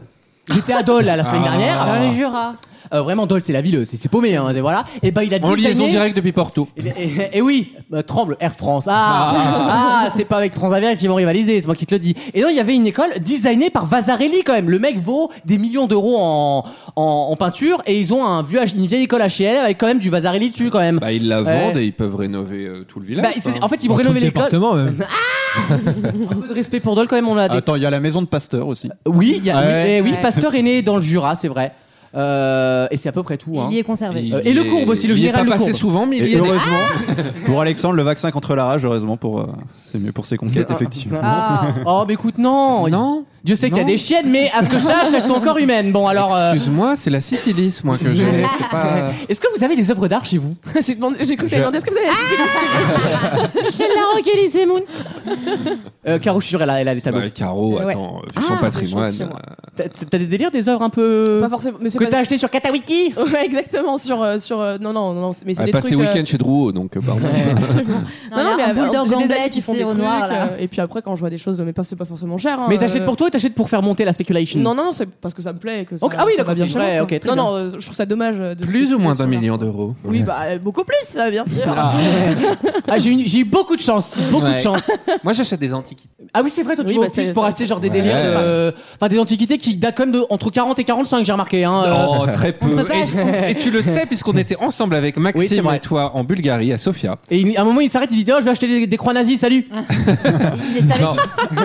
Speaker 3: J'étais à Dole, là, la
Speaker 2: Ah.
Speaker 3: semaine dernière.
Speaker 4: Dans le Jura.
Speaker 3: Euh, vraiment, Dole, c'est la ville, c'est c'est paumé, hein, et voilà. Et ben, il a
Speaker 2: En
Speaker 3: designé-
Speaker 2: liaison directe depuis Porto.
Speaker 3: et, et- et oui, bah, tremble, Air France. Ah, ah, c'est pas avec Transavia qui vont rivaliser, c'est moi qui te le dis. Et non, il y avait une école designée par Vasarelli quand même. Le mec vaut des millions d'euros en, en, en peinture et ils ont un vieux, H- une vieille école HL avec quand même du Vasarelli dessus quand même.
Speaker 2: Bah, ils la
Speaker 3: Ouais.
Speaker 2: vendent et ils peuvent rénover euh, tout le
Speaker 3: Bah,
Speaker 2: village.
Speaker 3: c'est-
Speaker 2: hein.
Speaker 3: en fait, ils vont
Speaker 5: Dans tout le
Speaker 3: rénover l'école. Ah
Speaker 5: département
Speaker 3: *laughs*
Speaker 5: même.
Speaker 3: Un peu de respect pour Dole quand même, on a des-
Speaker 6: Attends, il y a la maison de Pasteur aussi.
Speaker 3: Oui, il y a,
Speaker 6: Ouais.
Speaker 3: oui, eh oui,
Speaker 4: Ouais.
Speaker 3: Pasteur est né dans le Jura, c'est vrai. Euh, et c'est à peu près tout. hein.
Speaker 4: Il y est conservé.
Speaker 2: Il
Speaker 3: Euh, et le
Speaker 2: est-
Speaker 3: courbe aussi, le
Speaker 2: il est
Speaker 3: général
Speaker 2: pas
Speaker 3: le
Speaker 2: passé
Speaker 3: courbe.
Speaker 2: souvent, mais il
Speaker 6: Et
Speaker 2: y est né.
Speaker 6: heureusement,
Speaker 3: ah
Speaker 6: pour Alexandre, le Ah, vaccin contre la rage, heureusement, pour euh, c'est mieux pour ses conquêtes, effectivement.
Speaker 4: Ah.
Speaker 3: Oh, mais écoute, non. Non. Dieu sait qu'il y a
Speaker 2: Non.
Speaker 3: des chiennes, mais à ce que je sache, elles sont encore humaines. Bon, alors. euh,
Speaker 2: Excuse-moi, c'est la syphilis, moi, que j'ai. C'est pas-
Speaker 3: Est-ce que vous avez des œuvres d'art chez vous
Speaker 8: *laughs* J'ai demandé, j'ai cru que
Speaker 2: Je-
Speaker 8: t'avais demandé, est-ce que vous avez la
Speaker 3: Je l'ai organisé, Moon. Euh, Caro, je suis sûr, elle a, elle a des tableaux.
Speaker 2: Bah, Caro, attends,
Speaker 3: Ouais.
Speaker 2: vu son
Speaker 3: Ah,
Speaker 2: patrimoine.
Speaker 3: des choses, T'as t'as des délires, des œuvres un peu.
Speaker 8: Pas forcément. Oh, Mais c'est
Speaker 3: Euh, que
Speaker 8: pas-
Speaker 3: t'as acheté sur Katawiki
Speaker 8: *laughs* Ouais, exactement, sur. euh, sur euh, non, non, non, mais c'est
Speaker 2: Elle
Speaker 8: des
Speaker 2: a Ah, passé
Speaker 8: trucs. euh,
Speaker 2: week-end chez Drouot, donc euh, pardon.
Speaker 8: Non, non, mais
Speaker 4: un
Speaker 8: euh,
Speaker 4: bulldog
Speaker 8: j'ai des
Speaker 4: anglais,
Speaker 8: amis
Speaker 4: tu
Speaker 8: qui font
Speaker 4: sais,
Speaker 8: des
Speaker 4: au
Speaker 8: trucs.
Speaker 4: noir, là.
Speaker 8: euh, Et puis après, quand je vois des choses de mes parents, c'est pas forcément cher. hein,
Speaker 3: Mais t'achètes
Speaker 8: euh,
Speaker 3: pour toi ou t'achètes pour faire monter la speculation
Speaker 8: Non, non, non, c'est parce que ça me plaît. et Que ça,
Speaker 3: Ok, ah oui,
Speaker 8: ça
Speaker 3: d'accord,
Speaker 8: va bien
Speaker 3: bien
Speaker 8: chez
Speaker 3: sûr,
Speaker 8: moi,
Speaker 3: ok,
Speaker 8: quoi.
Speaker 3: très
Speaker 8: Non,
Speaker 3: bien.
Speaker 8: non, euh, je trouve ça dommage. euh, de-
Speaker 2: Plus ou moins d'un million d'euros.
Speaker 8: Oui, bah euh, beaucoup plus, euh, bien sûr.
Speaker 3: Ah, Ah, j'ai eu- j'ai eu beaucoup de chance, beaucoup de
Speaker 2: Ouais.
Speaker 3: chance.
Speaker 2: Moi, j'achète des antiquités.
Speaker 3: Ah oui, c'est vrai, toi tu
Speaker 8: Oui,
Speaker 3: vas
Speaker 8: bah,
Speaker 3: au puce
Speaker 8: c'est-
Speaker 3: pour
Speaker 8: ça-
Speaker 3: acheter genre des
Speaker 2: Ouais.
Speaker 3: délires de. Enfin, des antiquités qui datent quand même de entre 40 et 45, j'ai remarqué. Hein, euh.
Speaker 2: Oh, très peu.
Speaker 4: peut pas
Speaker 2: et, et tu le sais, puisqu'on était ensemble avec
Speaker 3: Oui, c'est
Speaker 2: Maxime
Speaker 3: vrai.
Speaker 2: et toi en Bulgarie, à Sofia.
Speaker 3: Et il- à un moment, il s'arrête, il dit Oh, je vais acheter des, des croix nazies, salut
Speaker 8: Hein.
Speaker 4: Il les savait
Speaker 2: Non,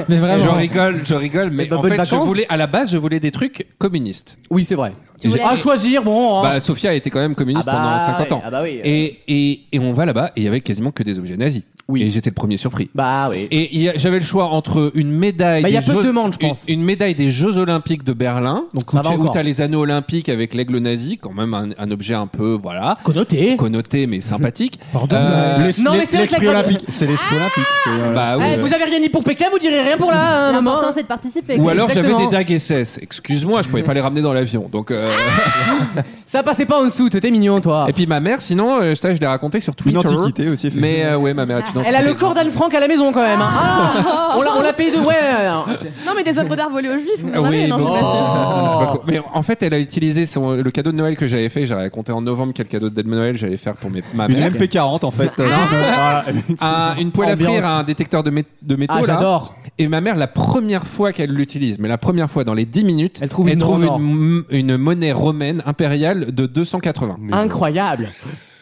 Speaker 5: Mais vraiment.
Speaker 2: je rigole, je rigole, mais
Speaker 3: Eh ben,
Speaker 2: en
Speaker 3: bonnes
Speaker 2: fait, je
Speaker 3: vacances.
Speaker 2: voulais, à la base, je voulais des trucs communistes.
Speaker 3: Oui, c'est vrai.
Speaker 4: Tu voulais-
Speaker 3: À choisir, bon. hein.
Speaker 2: Bah, Sofia était quand même
Speaker 3: Ah
Speaker 2: communiste
Speaker 3: bah,
Speaker 2: pendant 50 ans.
Speaker 3: Ah bah oui.
Speaker 2: Et, et, et on va là-bas, et il y avait quasiment que des objets nazis.
Speaker 3: Oui.
Speaker 2: Et j'étais le premier surpris.
Speaker 3: Bah oui.
Speaker 2: Et il y a- j'avais le choix entre une médaille.
Speaker 3: Bah, il y a
Speaker 2: des
Speaker 3: peu de
Speaker 2: Jeux-
Speaker 3: demandes, je pense.
Speaker 2: Une, une médaille des Jeux Olympiques de Berlin. Donc,
Speaker 3: Ça
Speaker 2: où
Speaker 3: va
Speaker 2: tu- où
Speaker 3: encore.
Speaker 2: t'as les anneaux olympiques avec l'aigle nazi, quand même un, un objet un peu, voilà,
Speaker 3: Connoté.
Speaker 2: *laughs* connoté mais sympathique.
Speaker 5: Pardon.
Speaker 2: Euh,
Speaker 6: Les-
Speaker 3: non,
Speaker 6: les-
Speaker 3: mais c'est vrai que
Speaker 6: l'esprit
Speaker 3: la- Ah
Speaker 6: olympique. C'est l'esprit olympique. c'est, euh,
Speaker 2: Bah
Speaker 6: c'est,
Speaker 2: oui.
Speaker 3: Eh,
Speaker 6: euh,
Speaker 3: vous avez rien dit pour Pékin, vous direz rien pour là, hein, maman
Speaker 4: L'important, c'est de participer.
Speaker 2: Ou alors j'avais des
Speaker 3: Exactement.
Speaker 2: dagues SS. Excuse-moi, je pouvais pas les ramener dans l'avion. Donc euh,
Speaker 3: Ça passait pas en dessous, t'étais mignon, toi.
Speaker 2: et puis ma mère, sinon, euh, je, t'ai- je l'ai raconté sur
Speaker 6: Une
Speaker 2: Twitter.
Speaker 6: antiquité aussi. effectivement.
Speaker 2: Mais euh, ouais, ma mère. a une
Speaker 3: Ah, Elle a le
Speaker 2: antiquité.
Speaker 3: corps d'Anne Frank à la maison quand même. hein. Ah on l'a- on l'a payé de ouais. alors.
Speaker 8: Non, mais des œuvres d'art volées
Speaker 2: *laughs*
Speaker 8: aux juifs, vous
Speaker 2: Ah
Speaker 8: en avez,
Speaker 2: oui,
Speaker 8: non
Speaker 2: bon.
Speaker 8: j'imagine.
Speaker 2: *laughs* Bah, Mais en fait, elle a utilisé son, le cadeau de Noël que j'avais fait. J'avais raconté en novembre quel cadeau de Noël j'allais faire pour mes, ma
Speaker 6: Une
Speaker 2: mère.
Speaker 6: MP40 en fait. euh,
Speaker 3: Ah.
Speaker 6: voilà.
Speaker 2: Un- une poêle à
Speaker 3: Ambiance.
Speaker 2: frire, un détecteur de, mé- de métaux.
Speaker 3: Ah,
Speaker 2: là.
Speaker 3: j'adore.
Speaker 2: Et ma mère, la première fois qu'elle l'utilise, mais la première fois dans les 10 minutes,
Speaker 3: Elle trouve une monnaie en
Speaker 2: une, une monnaie romaine impériale de 280.
Speaker 3: Incroyable.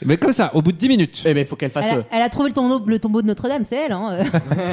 Speaker 2: Mais comme ça, au bout de 10 minutes.
Speaker 3: Eh ben, faut qu'elle fasse.
Speaker 4: Elle
Speaker 3: euh,
Speaker 4: a, elle a trouvé le tombeau, le tombeau de Notre-Dame, c'est elle. Hein. euh,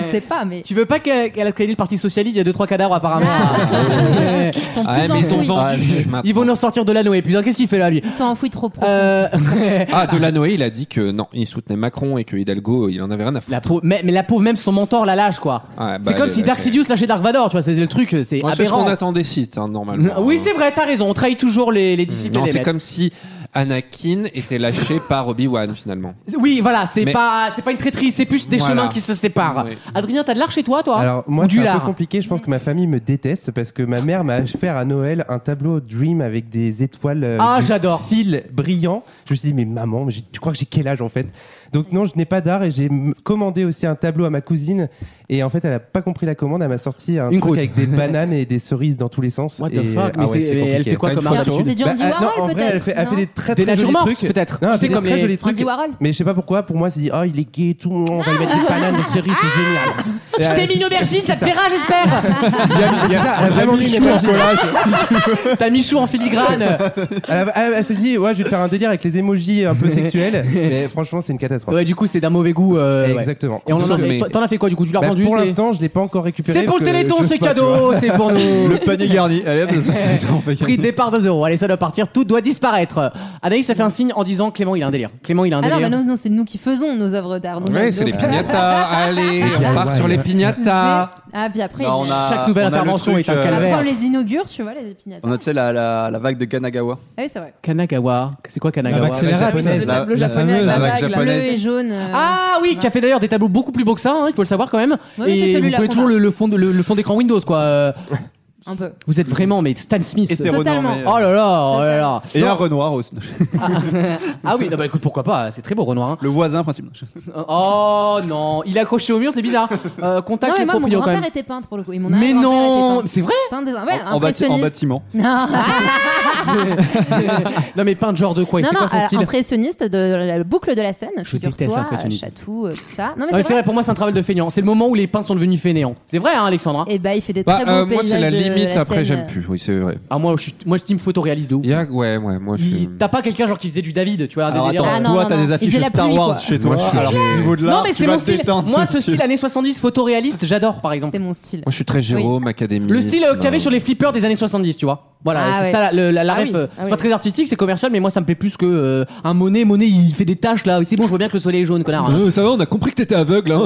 Speaker 4: Je sais pas, mais
Speaker 3: Tu veux pas qu'elle qu'elle a créé le Parti Socialiste Il y a deux trois cadavres apparemment.
Speaker 4: Ah. ils sont
Speaker 2: Ah,
Speaker 4: plus
Speaker 2: mais ils ont
Speaker 4: enfouis.
Speaker 2: vendu. maintenant.
Speaker 3: *laughs* Ah, Ils vont nous sortir de l'anneau. Et putain, qu'est-ce qu'il fait là lui
Speaker 4: Ils sont enfouis trop profond.
Speaker 3: Euh, *laughs*
Speaker 2: Ah, Delanoë, il a dit que non, il soutenait Macron et que Hidalgo, euh, il en avait rien à foutre.
Speaker 3: la pauvre, mais, mais la pauvre même son mentor la lâche quoi.
Speaker 2: Ouais, bah,
Speaker 3: c'est comme
Speaker 2: elle-
Speaker 3: si Dark
Speaker 2: elle-
Speaker 3: Sidious lâchait Dark Vador, tu vois, c'est le truc, euh, c'est
Speaker 2: Ouais, C'est ce
Speaker 3: aberrant.
Speaker 2: qu'on attend des sites, hein, normalement.
Speaker 3: Ah oui, c'est vrai, t'as raison, on trahit toujours les, les disciples.
Speaker 2: Non,
Speaker 3: et les
Speaker 2: c'est
Speaker 3: maîtres.
Speaker 2: comme si Anakin était lâché par Obi-Wan finalement.
Speaker 3: Oui, voilà, c'est
Speaker 2: Mais-
Speaker 3: pas c'est pas une traîtrise, c'est plus des
Speaker 2: Voilà.
Speaker 3: chemins qui se séparent.
Speaker 2: Oui.
Speaker 3: Adrien, t'as de l'art chez toi, toi
Speaker 7: Alors
Speaker 3: Ou
Speaker 7: moi
Speaker 3: du
Speaker 7: c'est un peu
Speaker 3: lard
Speaker 7: compliqué, je pense que ma famille me déteste parce que ma mère m'a fait à Noël un tableau Dream avec des étoiles euh,
Speaker 3: Ah,
Speaker 7: des
Speaker 3: j'adore.
Speaker 7: fils brillants. Je me suis dit mais maman, mais j'ai- tu crois que j'ai quel âge en fait Donc non, je n'ai pas d'art et j'ai m- commandé aussi un tableau à ma cousine et en fait elle a pas compris la commande, elle m'a sorti un
Speaker 3: Une
Speaker 7: truc
Speaker 3: croûte. *laughs*
Speaker 7: avec des bananes et des cerises dans tous les sens
Speaker 3: What the
Speaker 7: et
Speaker 3: fuck, mais
Speaker 7: ah ouais,
Speaker 3: c'est-
Speaker 7: c'est
Speaker 3: mais elle
Speaker 7: compliqué.
Speaker 3: fait quoi
Speaker 7: T'as
Speaker 3: comme
Speaker 7: une
Speaker 3: art
Speaker 7: photo
Speaker 4: C'est du Andy
Speaker 7: Bah, euh, non, en
Speaker 4: Warhol,
Speaker 7: vrai, elle
Speaker 4: peut-être.
Speaker 7: fait, elle fait
Speaker 4: non
Speaker 7: des très
Speaker 3: Des
Speaker 7: très
Speaker 3: natures
Speaker 7: jolis
Speaker 3: mortes,
Speaker 7: trucs.
Speaker 3: peut-être.
Speaker 7: Non,
Speaker 3: Tu
Speaker 7: elle
Speaker 3: sais,
Speaker 7: fait des
Speaker 3: comme
Speaker 7: très
Speaker 3: les-
Speaker 7: jolis trucs.
Speaker 4: Andy Warhol.
Speaker 7: Mais je sais pas pourquoi, pour moi, c'est dit, oh, il est gay et tout, on va lui mettre des bananes, des cerises, c'est génial.
Speaker 3: Ah
Speaker 7: Et
Speaker 3: Je
Speaker 7: elle-
Speaker 3: t'ai mis une aubergine, ça te
Speaker 7: *laughs*
Speaker 3: plaira, j'espère
Speaker 7: Il y a- Ah, elle a vraiment mis une
Speaker 6: Chou en
Speaker 7: énergie.
Speaker 6: collage.
Speaker 3: *laughs* T'as mis chou en filigrane
Speaker 7: Elle, a- elle- elle s'est dit, ouais, je vais te faire un délire avec les émojis un peu *laughs* sexuels. mais franchement, c'est une catastrophe.
Speaker 3: Ouais, du coup, c'est d'un mauvais goût. euh, ouais.
Speaker 7: Exactement.
Speaker 3: Et on en a-
Speaker 2: Mais-
Speaker 3: et toi- t'en as fait quoi du coup Tu l'as
Speaker 7: Bah,
Speaker 3: rendu
Speaker 7: pour
Speaker 3: c'est-
Speaker 7: l'instant, je l'ai pas encore récupéré.
Speaker 3: C'est pour le
Speaker 7: parce que
Speaker 3: téléthon,
Speaker 7: j'ose
Speaker 3: c'est
Speaker 7: pas, tu
Speaker 3: cadeau,
Speaker 7: vois.
Speaker 3: c'est pour nous.
Speaker 7: *laughs*
Speaker 6: Le panier garni. Allez, hop, on
Speaker 3: Prix
Speaker 6: fait
Speaker 3: de
Speaker 6: gagner.
Speaker 3: départ 2 euros. Allez, ça doit partir. Tout doit disparaître. Anaïs a fait un signe en disant Clément, il a un délire. Clément, il a un
Speaker 4: Ah non,
Speaker 3: délire.
Speaker 4: bah non, non, c'est nous qui faisons nos œuvres d'art. donc
Speaker 2: Ouais,
Speaker 4: nous-
Speaker 2: c'est les
Speaker 4: donc- *laughs*
Speaker 2: pignatas. Allez, on part sur les pignatas.
Speaker 4: Ah, puis après,
Speaker 6: Non,
Speaker 4: il-
Speaker 6: Bah, on a-
Speaker 3: Chaque nouvelle
Speaker 6: on a le
Speaker 3: intervention
Speaker 6: truc,
Speaker 3: est un
Speaker 6: euh,
Speaker 3: calvaire.
Speaker 4: après, on les inaugure, tu vois, les pignatas.
Speaker 6: On a, tu sais, la, la, la vague de Kanagawa.
Speaker 4: Ah oui, c'est vrai.
Speaker 3: Kanagawa. C'est quoi
Speaker 5: La
Speaker 7: Bah,
Speaker 3: Kanagawa
Speaker 5: vague accélérate.
Speaker 8: Ah oui, c'est
Speaker 5: japonaise,
Speaker 8: le
Speaker 6: la-
Speaker 8: tableau
Speaker 5: la
Speaker 8: japonais avec la
Speaker 6: fameuse.
Speaker 8: bague,
Speaker 6: Avec
Speaker 8: la
Speaker 4: Bleu
Speaker 6: japonaise.
Speaker 8: bleue.
Speaker 4: et jaune. euh,
Speaker 3: Ah oui, qui a fait d'ailleurs des tableaux beaucoup plus beaux que ça, hein, il faut le savoir quand même.
Speaker 4: Oui, oui, c'est
Speaker 3: Et vous
Speaker 4: celui-là
Speaker 3: pouvez
Speaker 4: qu'on
Speaker 3: toujours
Speaker 4: a.
Speaker 3: le, le fond de- le- le fond d'écran Windows, quoi. euh,
Speaker 4: Un peu.
Speaker 3: Vous êtes vraiment, mais Stan Smith.
Speaker 6: Hétéronormé,
Speaker 4: Totalement.
Speaker 6: euh,
Speaker 3: Oh là là, oh là là.
Speaker 6: Et un Renoir *laughs* aussi.
Speaker 3: Ah oui, non, bah écoute, pourquoi pas, c'est très beau Renoir. hein.
Speaker 6: Le voisin principal.
Speaker 3: Oh non, il est accroché au mur, c'est bizarre. Euh,
Speaker 4: Non,
Speaker 3: contact
Speaker 4: mais
Speaker 3: le
Speaker 4: moi, mon
Speaker 3: proprio quand
Speaker 4: grand-père
Speaker 3: même.
Speaker 4: était peintre pour le coup. Et mon
Speaker 3: Mais
Speaker 4: avant-grand-père
Speaker 3: non,
Speaker 4: était
Speaker 3: c'est vrai
Speaker 4: peintre. Peintre des- ouais,
Speaker 6: En, bâti- en
Speaker 4: impressionniste.
Speaker 6: bâtiment.
Speaker 3: Ah,
Speaker 4: Non,
Speaker 3: Non mais peint de genre de quoi Il
Speaker 4: non,
Speaker 3: fait
Speaker 4: non,
Speaker 3: quoi son
Speaker 4: alors,
Speaker 3: style
Speaker 4: impressionniste de la boucle de la Seine.
Speaker 3: déteste
Speaker 4: toi,
Speaker 3: impressionniste.
Speaker 4: Chatou, euh, tout ça. Non, mais
Speaker 3: Non, mais
Speaker 4: c'est vrai.
Speaker 3: pour moi c'est un travail de feignant. C'est le moment où les peints sont devenus fainéants. C'est vrai, hein, Alexandre. hein
Speaker 4: Et bah, il fait des
Speaker 2: Bah,
Speaker 4: très
Speaker 2: euh,
Speaker 4: beaux
Speaker 2: moi, c'est la
Speaker 4: paysages de
Speaker 2: limite.
Speaker 4: la
Speaker 2: après,
Speaker 4: Seine.
Speaker 2: j'aime plus. Oui, c'est vrai.
Speaker 3: Ah, moi, je suis, moi, je team photoréaliste de ouf.
Speaker 2: Il y a- ouais, ouais, moi, je suis.
Speaker 3: Il- T'as pas quelqu'un genre qui faisait du David, tu vois, un
Speaker 6: Alors
Speaker 3: délire,
Speaker 6: attends,
Speaker 3: euh,
Speaker 4: Ah, non,
Speaker 6: toi,
Speaker 4: non,
Speaker 6: t'as
Speaker 4: non.
Speaker 6: des
Speaker 4: Il
Speaker 6: affiches
Speaker 4: faisait
Speaker 6: de
Speaker 4: la
Speaker 6: Star
Speaker 4: pluie,
Speaker 6: Wars
Speaker 4: quoi.
Speaker 6: chez toi.
Speaker 2: Moi, je suis-
Speaker 6: Alors, au niveau de là,
Speaker 3: Non, mais
Speaker 6: tu
Speaker 3: c'est
Speaker 6: vas
Speaker 3: mon
Speaker 6: te
Speaker 3: style.
Speaker 6: détendre,
Speaker 3: Moi, ce
Speaker 6: monsieur.
Speaker 3: style années 70 photoréaliste, j'adore, par exemple.
Speaker 4: C'est mon style.
Speaker 2: Moi, je suis très Jérôme, Académie.
Speaker 3: Le style euh, qu'il y avait
Speaker 2: sinon.
Speaker 3: sur les flippers des années 70, tu vois. Voilà,
Speaker 12: Ah
Speaker 3: c'est
Speaker 12: ouais.
Speaker 3: ça la- le- la, la
Speaker 12: Ah
Speaker 3: ref,
Speaker 12: oui,
Speaker 3: euh,
Speaker 12: ah
Speaker 3: c'est
Speaker 12: oui.
Speaker 3: pas très artistique, c'est commercial, mais moi ça me plaît plus que euh, un Monet. Monet, il fait des tâches là. C'est bon, je vois bien que le soleil est jaune, connard.
Speaker 5: ça va, on a compris que t'étais aveugle. Hein.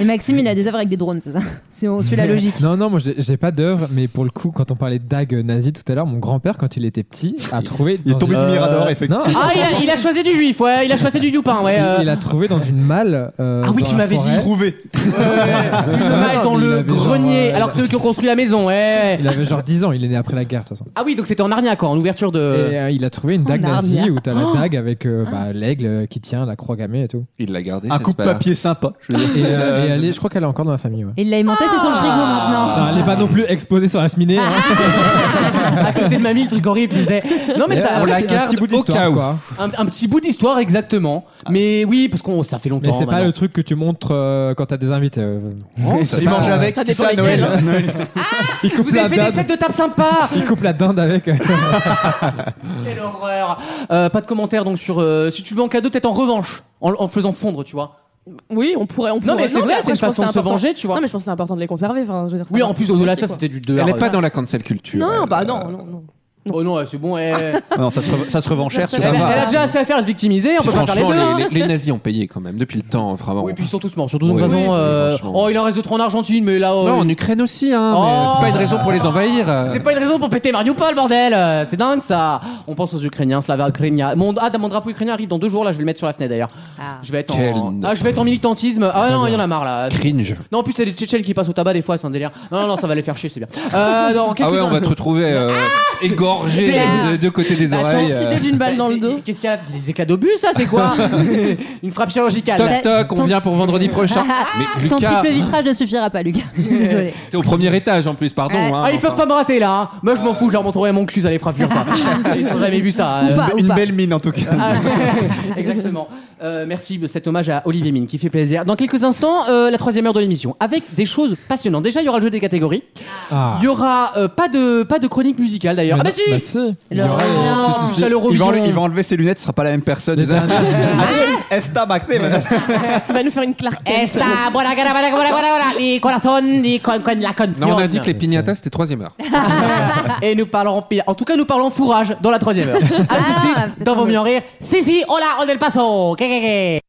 Speaker 4: Et Maxime, il a des œuvres avec des drones, c'est ça *laughs* Si on suit la logique.
Speaker 5: Non, non, moi j'ai j'ai pas d'œuvre, mais pour le coup, quand on parlait de dagues nazies tout à l'heure, mon grand-père, quand il était petit, a trouvé.
Speaker 6: il est
Speaker 5: dans
Speaker 6: tombé
Speaker 5: une-
Speaker 6: du mirador,
Speaker 5: Non,
Speaker 6: effectivement.
Speaker 3: Euh, Ah, il a, il a choisi du juif, ouais, il a choisi du youpin, ouais.
Speaker 5: il-
Speaker 3: euh,
Speaker 5: Il a trouvé dans une malle. euh,
Speaker 3: Ah oui,
Speaker 5: dans
Speaker 3: tu
Speaker 5: la
Speaker 3: m'avais dit.
Speaker 5: forêt.
Speaker 6: Trouvé.
Speaker 3: une maille dans le grenier, alors que c'est eux qui ont construit la maison, ouais.
Speaker 5: euh, Il avait genre 10 ans, il est né après la guerre, de toute façon.
Speaker 3: Ah oui, donc c'était en Arnia, quoi, en ouverture de.
Speaker 5: Et euh, il a
Speaker 4: Oh,
Speaker 5: trouvé une dague
Speaker 3: En
Speaker 5: nazie
Speaker 3: Narnia.
Speaker 5: où t'as la
Speaker 3: Oh.
Speaker 5: dague avec euh, bah, l'aigle euh, qui tient la croix gammée et tout.
Speaker 2: Il l'a gardé.
Speaker 6: Un coupe-papier sympa. Je veux dire,
Speaker 5: Et,
Speaker 6: c'est,
Speaker 5: euh,
Speaker 6: euh,
Speaker 5: et elle est- je crois qu'elle est encore dans la famille. ouais.
Speaker 4: Il l'a aimanté, c'est sur le frigo maintenant. Ah,
Speaker 5: Non, elle est pas non plus exposée sur la cheminée. hein.
Speaker 3: *laughs* à côté de mamie, le truc horrible, tu disais. Non, mais
Speaker 5: Mais
Speaker 3: ça,
Speaker 5: on
Speaker 3: après,
Speaker 5: la
Speaker 3: c'est
Speaker 5: garde
Speaker 3: un petit bout
Speaker 5: au cas où.
Speaker 3: d'histoire. Un, un petit bout d'histoire, exactement. Mais oui, parce qu'on ça fait longtemps.
Speaker 5: Mais c'est pas
Speaker 3: maintenant.
Speaker 5: le truc que tu montres euh, quand t'as des invités. euh.
Speaker 6: Il mange avec,
Speaker 3: ça
Speaker 6: il fait
Speaker 3: dépend
Speaker 6: à Noël.
Speaker 3: lesquels, hein.
Speaker 6: Noël.
Speaker 5: Il coupe
Speaker 3: Vous
Speaker 5: la
Speaker 3: avez fait des
Speaker 5: dinde.
Speaker 3: sets de table
Speaker 2: *laughs*
Speaker 3: sympas
Speaker 5: Il coupe la dinde avec.
Speaker 3: Quelle horreur Euh, Pas de commentaire donc sur. euh, si tu veux en cadeau, peut-être en revanche, en, en faisant fondre, tu vois.
Speaker 8: Oui, on pourrait. On
Speaker 3: Non, mais
Speaker 8: pourrait-
Speaker 3: c'est vrai,
Speaker 8: après,
Speaker 3: c'est une
Speaker 8: je pense
Speaker 3: façon
Speaker 8: que
Speaker 3: de se
Speaker 8: important.
Speaker 3: venger, tu vois.
Speaker 8: Non, mais je pense que c'est important de les conserver. Enfin, je veux dire, ça
Speaker 3: Oui,
Speaker 8: va-
Speaker 3: en plus, au-delà de
Speaker 8: aussi,
Speaker 3: ça,
Speaker 8: quoi.
Speaker 3: c'était du dehors.
Speaker 2: Elle est pas dans la cancel culture.
Speaker 8: Non,
Speaker 2: elle.
Speaker 5: Euh,
Speaker 8: bah non, non, non.
Speaker 3: Oh non, c'est bon. Elle,
Speaker 2: *laughs*
Speaker 6: *laughs* Non, ça se, re- ça se revend cher,
Speaker 3: elle,
Speaker 6: ça
Speaker 3: elle
Speaker 6: va.
Speaker 3: a déjà assez à faire à se victimiser, on peut pas faire les
Speaker 2: Franchement,
Speaker 3: deux. hein.
Speaker 2: les, les- les nazis ont payé quand même depuis le temps, vraiment.
Speaker 3: Oui, puis ils sont tous morts. Surtout de toute
Speaker 2: Oui,
Speaker 3: façon,
Speaker 2: oui,
Speaker 3: euh,
Speaker 2: franchement.
Speaker 3: oh, il en reste de trop en Argentine, mais là. oh,
Speaker 2: Non,
Speaker 3: il-
Speaker 2: en Ukraine aussi, hein.
Speaker 3: Oh.
Speaker 2: mais c'est pas une raison pour les envahir. euh.
Speaker 3: C'est pas une raison pour péter Mariupol, bordel Euh, C'est dingue ça On pense aux Ukrainiens, Slava Ukrainia. Mon, ah, mon drapeau ukrainien arrive dans deux jours, là je vais le mettre sur la fenêtre d'ailleurs. Je vais être
Speaker 2: Quel
Speaker 3: en.
Speaker 2: nom.
Speaker 3: Ah, je vais être en militantisme. Ah non, il y en a marre là.
Speaker 2: Cringe.
Speaker 3: Non, en plus, il y a des Tchétchènes qui passent au tabac des fois, c'est un délire. Non, non, non, ça va les faire chier, c'est bien. Euh, dans quelques
Speaker 2: Ah ouais, on
Speaker 3: heures-
Speaker 2: va te retrouver euh, égorgé
Speaker 3: Ah.
Speaker 2: de- de deux côtés des
Speaker 3: Bah,
Speaker 2: oreilles. euh.
Speaker 3: suicidé d'une balle dans le dos. Bah, Qu'est-ce qu'il y a Des éclats d'obus, ça, c'est
Speaker 2: *laughs*
Speaker 3: quoi Une frappe chirurgicale.
Speaker 2: Toc toc, on vient pour
Speaker 3: *laughs*
Speaker 2: vendredi prochain. Mais
Speaker 4: Ton
Speaker 2: Lucas,
Speaker 4: triple vitrage ne suffira pas, Lucas. *laughs* Je suis désolée.
Speaker 2: t'es au premier étage en plus, pardon. hein,
Speaker 3: ah, ils
Speaker 2: enfin.
Speaker 3: peuvent pas me rater là. hein. Moi, je m'en fous, je leur montrerai mon cul, ça les fera fuir. *laughs* quoi. Ils ont jamais vu ça. euh.
Speaker 6: Une- Une belle mine en tout cas.
Speaker 3: Ah, *laughs* Exactement. Euh, merci de cet hommage à Olivier Mine qui fait plaisir. Dans quelques instants, euh, la troisième heure de l'émission avec des choses passionnantes. Déjà, il y aura le jeu des catégories.
Speaker 5: Ah.
Speaker 3: Il y aura euh, pas de pas de chronique musicale d'ailleurs. Ah bah si.
Speaker 5: Bah si.
Speaker 3: Il y aura-
Speaker 4: Ah.
Speaker 6: Si, si, si.
Speaker 3: Ça, le
Speaker 6: Il va, enle-
Speaker 3: revision.
Speaker 6: il va enlever ses lunettes, ce sera pas la même personne. *laughs* Ah, Esta Macné, madame.
Speaker 8: Il va nous faire une Clark Kent.
Speaker 3: Esta, Eh, voilà, voilà, voilà, voilà, voilà, voilà, les corazones, les con- con- la confiance.
Speaker 2: Non, on a dit que les pignatas c'était troisième heure.
Speaker 3: Et nous parlons pi- En tout cas, nous parlons
Speaker 8: *laughs*
Speaker 3: fourrage dans la troisième heure. À tout de
Speaker 4: Ah,
Speaker 3: suite dans Vaut mieux en rire. Si, si, hola, on est le paso. Que, que, que.